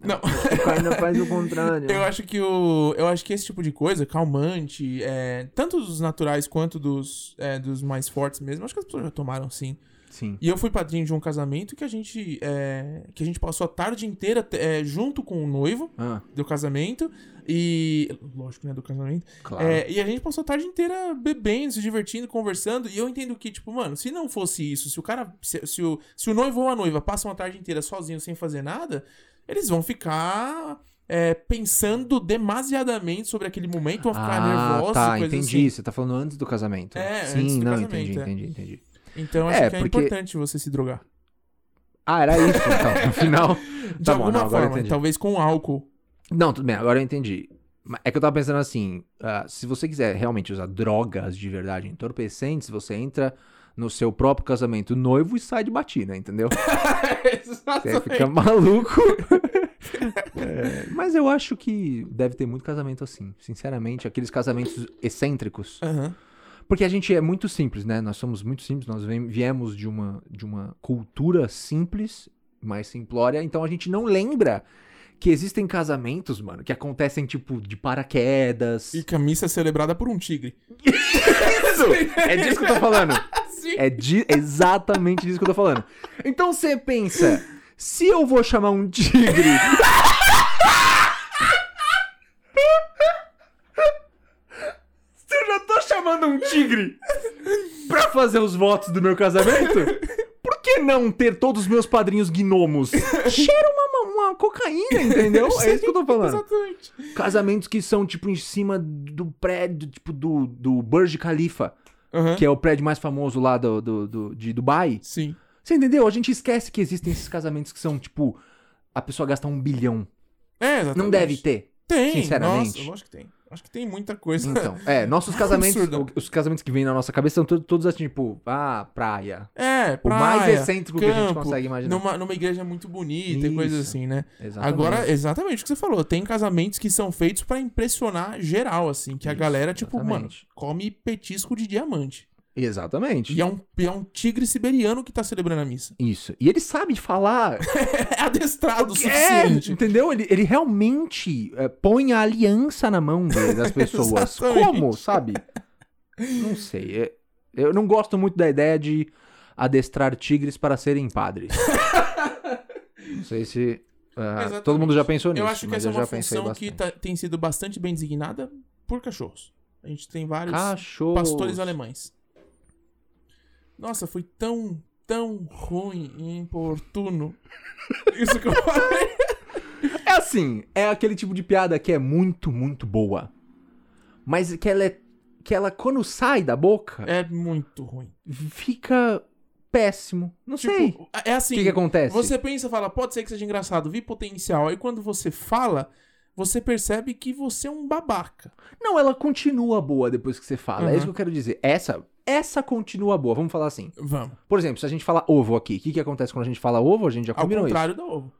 Speaker 2: Não.
Speaker 1: Cocaína faz o contrário.
Speaker 2: Eu acho que o. Eu acho que esse tipo de coisa, calmante, é, tanto dos naturais quanto dos, é, dos mais fortes mesmo, acho que as pessoas já tomaram sim.
Speaker 1: Sim.
Speaker 2: E eu fui padrinho de um casamento que a gente. é, que a gente passou a tarde inteira é, junto com o noivo
Speaker 1: Ah,
Speaker 2: do casamento. E. Lógico, né? Do casamento.
Speaker 1: claro.
Speaker 2: É, e a gente passou a tarde inteira bebendo, se divertindo, conversando. E eu entendo que, tipo, mano, se não fosse isso, se o cara. Se, se o, se o noivo ou a noiva passam a tarde inteira sozinho sem fazer nada, eles vão ficar. é, pensando demasiadamente sobre aquele momento, vão ficar nervosos.
Speaker 1: tá,
Speaker 2: coisas
Speaker 1: entendi.
Speaker 2: assim.
Speaker 1: Você tá falando antes do casamento.
Speaker 2: É,
Speaker 1: Sim,
Speaker 2: antes do
Speaker 1: não,
Speaker 2: casamento,
Speaker 1: entendi,
Speaker 2: é.
Speaker 1: entendi, entendi.
Speaker 2: Então acho
Speaker 1: É,
Speaker 2: que é
Speaker 1: porque-
Speaker 2: importante você se drogar.
Speaker 1: Ah, era isso, então, no
Speaker 2: [laughs]
Speaker 1: final.
Speaker 2: De
Speaker 1: Tá bom,
Speaker 2: alguma
Speaker 1: não, agora eu
Speaker 2: forma,
Speaker 1: entendi.
Speaker 2: talvez
Speaker 1: [laughs]
Speaker 2: com álcool.
Speaker 1: Não, tudo bem, agora eu entendi. Ma- É que eu tava pensando assim, ah, se você quiser realmente usar drogas de verdade entorpecentes, você entra no seu próprio casamento noivo e sai de batina,
Speaker 2: [laughs]
Speaker 1: entendeu? Você fica maluco. [laughs] É, mas eu acho que deve ter muito casamento assim, sinceramente, aqueles casamentos excêntricos.
Speaker 2: Aham.
Speaker 1: Porque a gente é muito simples, né? Nós somos muito simples, nós vem- viemos de uma, de uma cultura simples, mais simplória, então a gente não lembra que existem casamentos, mano, que acontecem tipo de paraquedas.
Speaker 2: E que a missa é celebrada por um tigre.
Speaker 1: Isso!
Speaker 2: [laughs]
Speaker 1: É disso que eu tô falando.
Speaker 2: Sim.
Speaker 1: É di- exatamente disso que eu tô falando. Então você pensa, se eu vou chamar um tigre. se eu já tô chamando um tigre pra fazer os votos do meu casamento, por que não ter todos os meus padrinhos gnomos? Cheira uma, uma cocaína, entendeu? É isso que eu tô falando.
Speaker 2: Exatamente.
Speaker 1: Casamentos que são, tipo, em cima do prédio, tipo, do, do Burj Khalifa
Speaker 2: Aham.
Speaker 1: que é o prédio mais famoso lá do, do, do- de Dubai.
Speaker 2: Sim.
Speaker 1: Você entendeu? A gente esquece que existem esses casamentos que são, tipo, a pessoa gasta um bilhão.
Speaker 2: É, exatamente.
Speaker 1: Não deve ter.
Speaker 2: Tem,
Speaker 1: sinceramente.
Speaker 2: Nossa, lógico que tem. Acho que tem muita coisa.
Speaker 1: Então, é, nossos casamentos,
Speaker 2: Absurdo.
Speaker 1: o- os casamentos que vêm na nossa cabeça são to- todos assim, tipo, ah, praia.
Speaker 2: [laughs] É,
Speaker 1: O mais
Speaker 2: praia,
Speaker 1: excêntrico que a gente
Speaker 2: campo,
Speaker 1: consegue imaginar.
Speaker 2: Numa, numa igreja muito bonita e
Speaker 1: Isso.
Speaker 2: coisas assim, né?
Speaker 1: Exatamente.
Speaker 2: Agora, exatamente o que você falou. Tem casamentos que são feitos pra impressionar geral, assim. Que a
Speaker 1: Isso,
Speaker 2: galera, tipo,
Speaker 1: exatamente.
Speaker 2: mano, come petisco de diamante.
Speaker 1: Exatamente.
Speaker 2: E é, um, e é um tigre siberiano que tá celebrando a missa. [laughs]
Speaker 1: Isso. E ele sabe falar.
Speaker 2: É adestrado o
Speaker 1: É,
Speaker 2: suficiente.
Speaker 1: entendeu? Ele, ele realmente é, põe a aliança na mão dele,
Speaker 2: [laughs]
Speaker 1: das pessoas.
Speaker 2: Exatamente.
Speaker 1: Como, sabe? Não sei. é- eu não gosto muito da ideia de adestrar tigres para serem
Speaker 2: [laughs]
Speaker 1: padres. não sei se. ah,
Speaker 2: Exatamente.
Speaker 1: todo mundo já pensou nisso.
Speaker 2: eu acho que
Speaker 1: mas
Speaker 2: essa é
Speaker 1: eu já
Speaker 2: uma
Speaker 1: pensei
Speaker 2: função que
Speaker 1: bastante.
Speaker 2: tá- tem sido bastante bem designada por cachorros. A gente tem vários
Speaker 1: Cachorro.
Speaker 2: pastores alemães. Nossa, foi tão, tão ruim e
Speaker 1: [laughs]
Speaker 2: importuno. Isso que eu falei.
Speaker 1: É assim, é aquele tipo de piada que é muito, muito boa. Mas que ela é. Que ela, quando sai da boca,
Speaker 2: É muito ruim.
Speaker 1: fica péssimo. Não sei.
Speaker 2: Tipo, é assim.
Speaker 1: O que, que acontece?
Speaker 2: Você pensa e fala, pode ser que seja engraçado, vi potencial. Aí quando você fala, você percebe que você é um babaca.
Speaker 1: Não, ela continua boa depois que você fala. É
Speaker 2: Uhum.
Speaker 1: isso que eu quero dizer. Essa, essa continua boa. Vamos falar assim.
Speaker 2: Vamos.
Speaker 1: Por exemplo, se a gente fala ovo aqui, o que, que acontece quando a gente fala ovo? A gente já
Speaker 2: Ao
Speaker 1: combinou isso.
Speaker 2: contrário do ovo.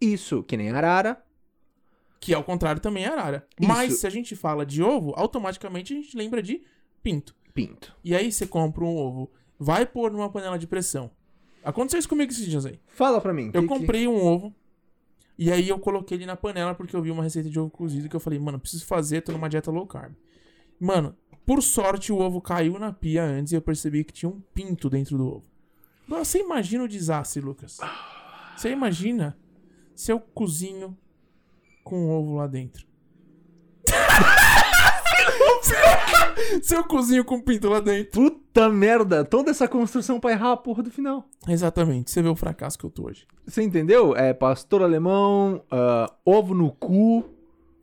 Speaker 1: Isso, que nem arara.
Speaker 2: Que ao contrário também é arara.
Speaker 1: Isso.
Speaker 2: Mas se a gente fala de ovo, automaticamente a gente lembra de pinto.
Speaker 1: Pinto.
Speaker 2: E aí você compra um ovo, vai pôr numa panela de pressão. Aconteceu isso comigo esses dias aí.
Speaker 1: Fala pra mim.
Speaker 2: Eu
Speaker 1: que que-
Speaker 2: comprei um ovo. E aí eu coloquei ele na panela porque eu vi uma receita de ovo cozido que eu falei, mano, preciso fazer, tô numa dieta low carb. Mano, por sorte o ovo caiu na pia antes e eu percebi que tinha um pinto dentro do ovo. Agora você imagina o desastre, Lucas. Você imagina se eu cozinho com um ovo lá dentro. [laughs] se eu cozinho com um pinto lá dentro.
Speaker 1: Puta merda, toda essa construção pra errar a porra do final.
Speaker 2: Exatamente, você vê o fracasso que eu tô hoje.
Speaker 1: Você entendeu? É pastor alemão, ah, ovo no cu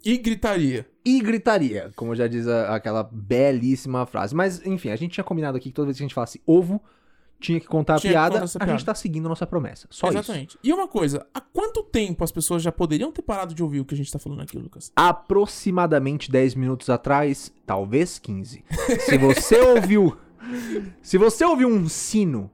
Speaker 2: E gritaria.
Speaker 1: e gritaria, como já diz a- aquela belíssima frase. Mas, enfim, a gente tinha combinado aqui que toda vez que a gente falasse ovo, tinha que contar a
Speaker 2: Tinha que
Speaker 1: piada.
Speaker 2: contar essa
Speaker 1: A
Speaker 2: piada.
Speaker 1: gente tá seguindo a nossa promessa. Só isso.
Speaker 2: Exatamente. E uma coisa, há quanto tempo as pessoas já poderiam ter parado de ouvir o que a gente tá falando aqui, Lucas?
Speaker 1: aproximadamente 10 minutos atrás, talvez 15. Se você [laughs] ouviu. Se você ouviu um sino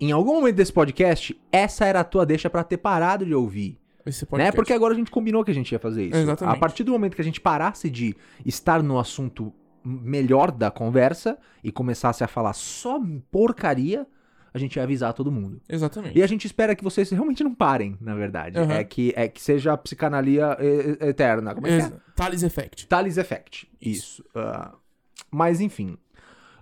Speaker 1: em algum momento desse podcast, essa era a tua deixa pra ter parado de ouvir.
Speaker 2: Esse
Speaker 1: Né?
Speaker 2: podcast.
Speaker 1: Porque agora a gente combinou que a gente ia fazer isso.
Speaker 2: Exatamente.
Speaker 1: A partir do momento que a gente parasse de estar no assunto melhor da conversa e começasse a falar só porcaria, a gente ia avisar todo mundo.
Speaker 2: Exatamente.
Speaker 1: E a gente espera que vocês realmente não parem, na verdade.
Speaker 2: É Aham.
Speaker 1: É, que, é que seja a psicanalista eterna. Como é que é?
Speaker 2: Ex- Thales Effect. [laughs]
Speaker 1: Thales Effect. Isso. Ah, mas enfim.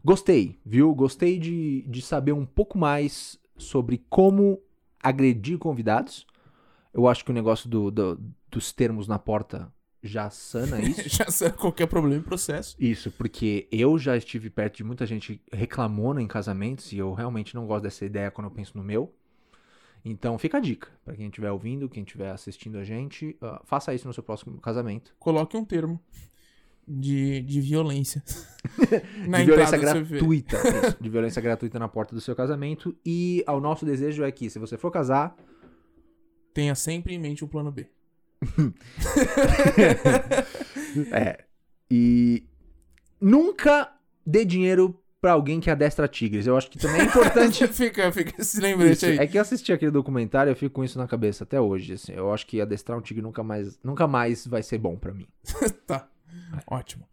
Speaker 1: Gostei, viu? Gostei de, de saber um pouco mais sobre como agredir convidados. Eu acho que o negócio do- do- dos termos na porta já sana isso.
Speaker 2: já será qualquer é problema e processo.
Speaker 1: Isso, porque eu já estive perto de muita gente reclamona em casamentos e eu realmente não gosto dessa ideia quando eu penso no meu. Então fica a dica pra quem estiver ouvindo, quem estiver assistindo a gente, ah, faça isso no seu próximo casamento.
Speaker 2: Coloque um termo de,
Speaker 1: [laughs]
Speaker 2: de violência.
Speaker 1: de violência
Speaker 2: do CV.
Speaker 1: gratuita, [laughs] isso, de violência gratuita na porta do seu casamento e ao nosso desejo é que se você for casar,
Speaker 2: Tenha sempre em mente o plano B. [laughs]
Speaker 1: é, e nunca dê dinheiro pra alguém que adestra tigres. Eu acho que também é [laughs] importante
Speaker 2: fica, fica esse lembrete
Speaker 1: isso.
Speaker 2: aí.
Speaker 1: É que eu assisti aquele documentário e eu fico com isso na cabeça até hoje. assim. eu acho que adestrar um tigre nunca mais, nunca mais vai ser bom pra mim.
Speaker 2: Tá.
Speaker 1: é.
Speaker 2: Ótimo.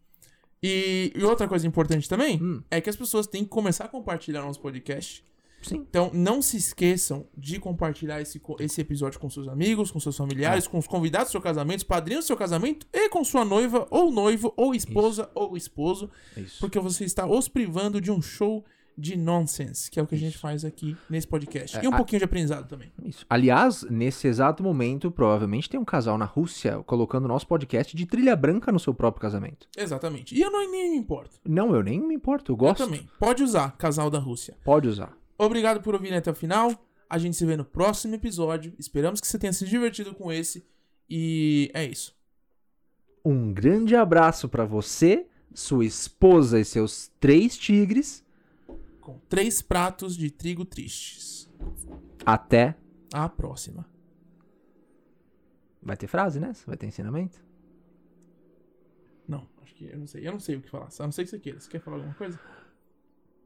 Speaker 2: E, e outra coisa importante também
Speaker 1: Hum.
Speaker 2: é que as pessoas têm que começar a compartilhar nosso podcast.
Speaker 1: Sim.
Speaker 2: Então, não se esqueçam de compartilhar esse, co- esse episódio com seus amigos, com seus
Speaker 1: É.
Speaker 2: familiares, com os convidados do seu casamento, os padrinhos do seu casamento e com sua noiva, ou noivo, ou esposa, ou esposo,
Speaker 1: É isso.
Speaker 2: porque você está os privando de um show de nonsense, que é o que a gente faz aqui nesse podcast. e um
Speaker 1: É, a-
Speaker 2: pouquinho de aprendizado também.
Speaker 1: é Isso. Aliás, nesse exato momento, provavelmente tem um casal na Rússia colocando nosso podcast de trilha branca no seu próprio casamento.
Speaker 2: Exatamente. E eu não, nem me importo.
Speaker 1: Não, eu nem me importo, eu
Speaker 2: Eu
Speaker 1: gosto.
Speaker 2: também. Pode usar, casal da Rússia.
Speaker 1: Pode usar.
Speaker 2: Obrigado por ouvir até o final. A gente se vê no próximo episódio. Esperamos que você tenha se divertido com esse. E é isso.
Speaker 1: Um grande abraço pra você, sua esposa e seus três tigres.
Speaker 2: Com três pratos de trigo tristes.
Speaker 1: Até.
Speaker 2: A próxima.
Speaker 1: Vai ter frase né? Vai ter ensinamento?
Speaker 2: Não, acho que eu não sei. Eu não sei o que falar. A não sei que você queira. Você quer falar alguma coisa? [laughs]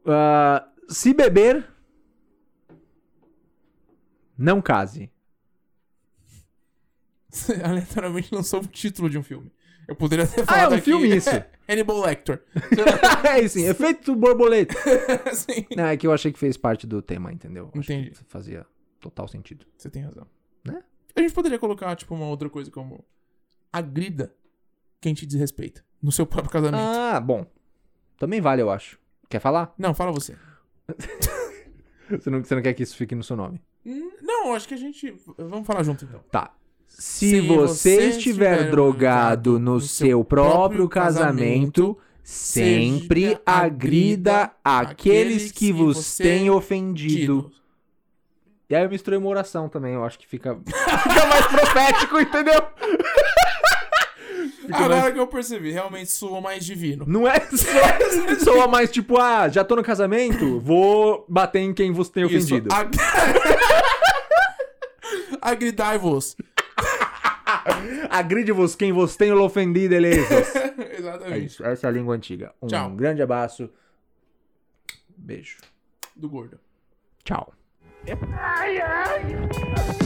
Speaker 1: Ah, se beber, não case. [laughs]
Speaker 2: Você aleatoriamente lançou o título de um filme. Eu poderia ter
Speaker 1: Ah, é
Speaker 2: falado
Speaker 1: um
Speaker 2: aqui-
Speaker 1: filme isso.
Speaker 2: [laughs] Hannibal Lecter. [laughs]
Speaker 1: é sim, efeito borboleta.
Speaker 2: Sim.
Speaker 1: Não, é que eu achei que fez parte do tema, entendeu? Acho
Speaker 2: Entendi.
Speaker 1: que fazia total sentido.
Speaker 2: Você tem razão.
Speaker 1: Né?
Speaker 2: A gente poderia colocar, tipo, uma outra coisa como... Agrida quem te desrespeita no seu próprio casamento.
Speaker 1: Ah, bom. Também vale, eu acho. Quer falar?
Speaker 2: Não, fala você.
Speaker 1: Você não, você não quer que isso fique no seu nome.
Speaker 2: Hum, Não, acho que a gente. Vamos falar junto então.
Speaker 1: Tá. Se, você, estiver, drogado no seu próprio casamento, sempre
Speaker 2: seja
Speaker 1: agrida aqueles
Speaker 2: aqueles
Speaker 1: que
Speaker 2: que
Speaker 1: vos
Speaker 2: você
Speaker 1: têm ofendido.
Speaker 2: Dido.
Speaker 1: E aí eu misturei uma oração também, eu acho que [laughs] fica, fica mais profético, entendeu? Fica mais- [laughs]
Speaker 2: Agora que eu percebi, realmente soou mais divino.
Speaker 1: Não é [laughs] só soa mais tipo, ah, já tô no casamento, vou bater em quem vos tem
Speaker 2: Isso,
Speaker 1: ofendido.
Speaker 2: ag- [laughs] Agridai-vos.
Speaker 1: Agride-vos quem vos tem ofendido, beleza? é
Speaker 2: [laughs] Exatamente.
Speaker 1: isso, essa é a língua antiga. Um
Speaker 2: Tchau.
Speaker 1: grande abraço. Beijo.
Speaker 2: Do gordo.
Speaker 1: Tchau.
Speaker 3: Ai, ai.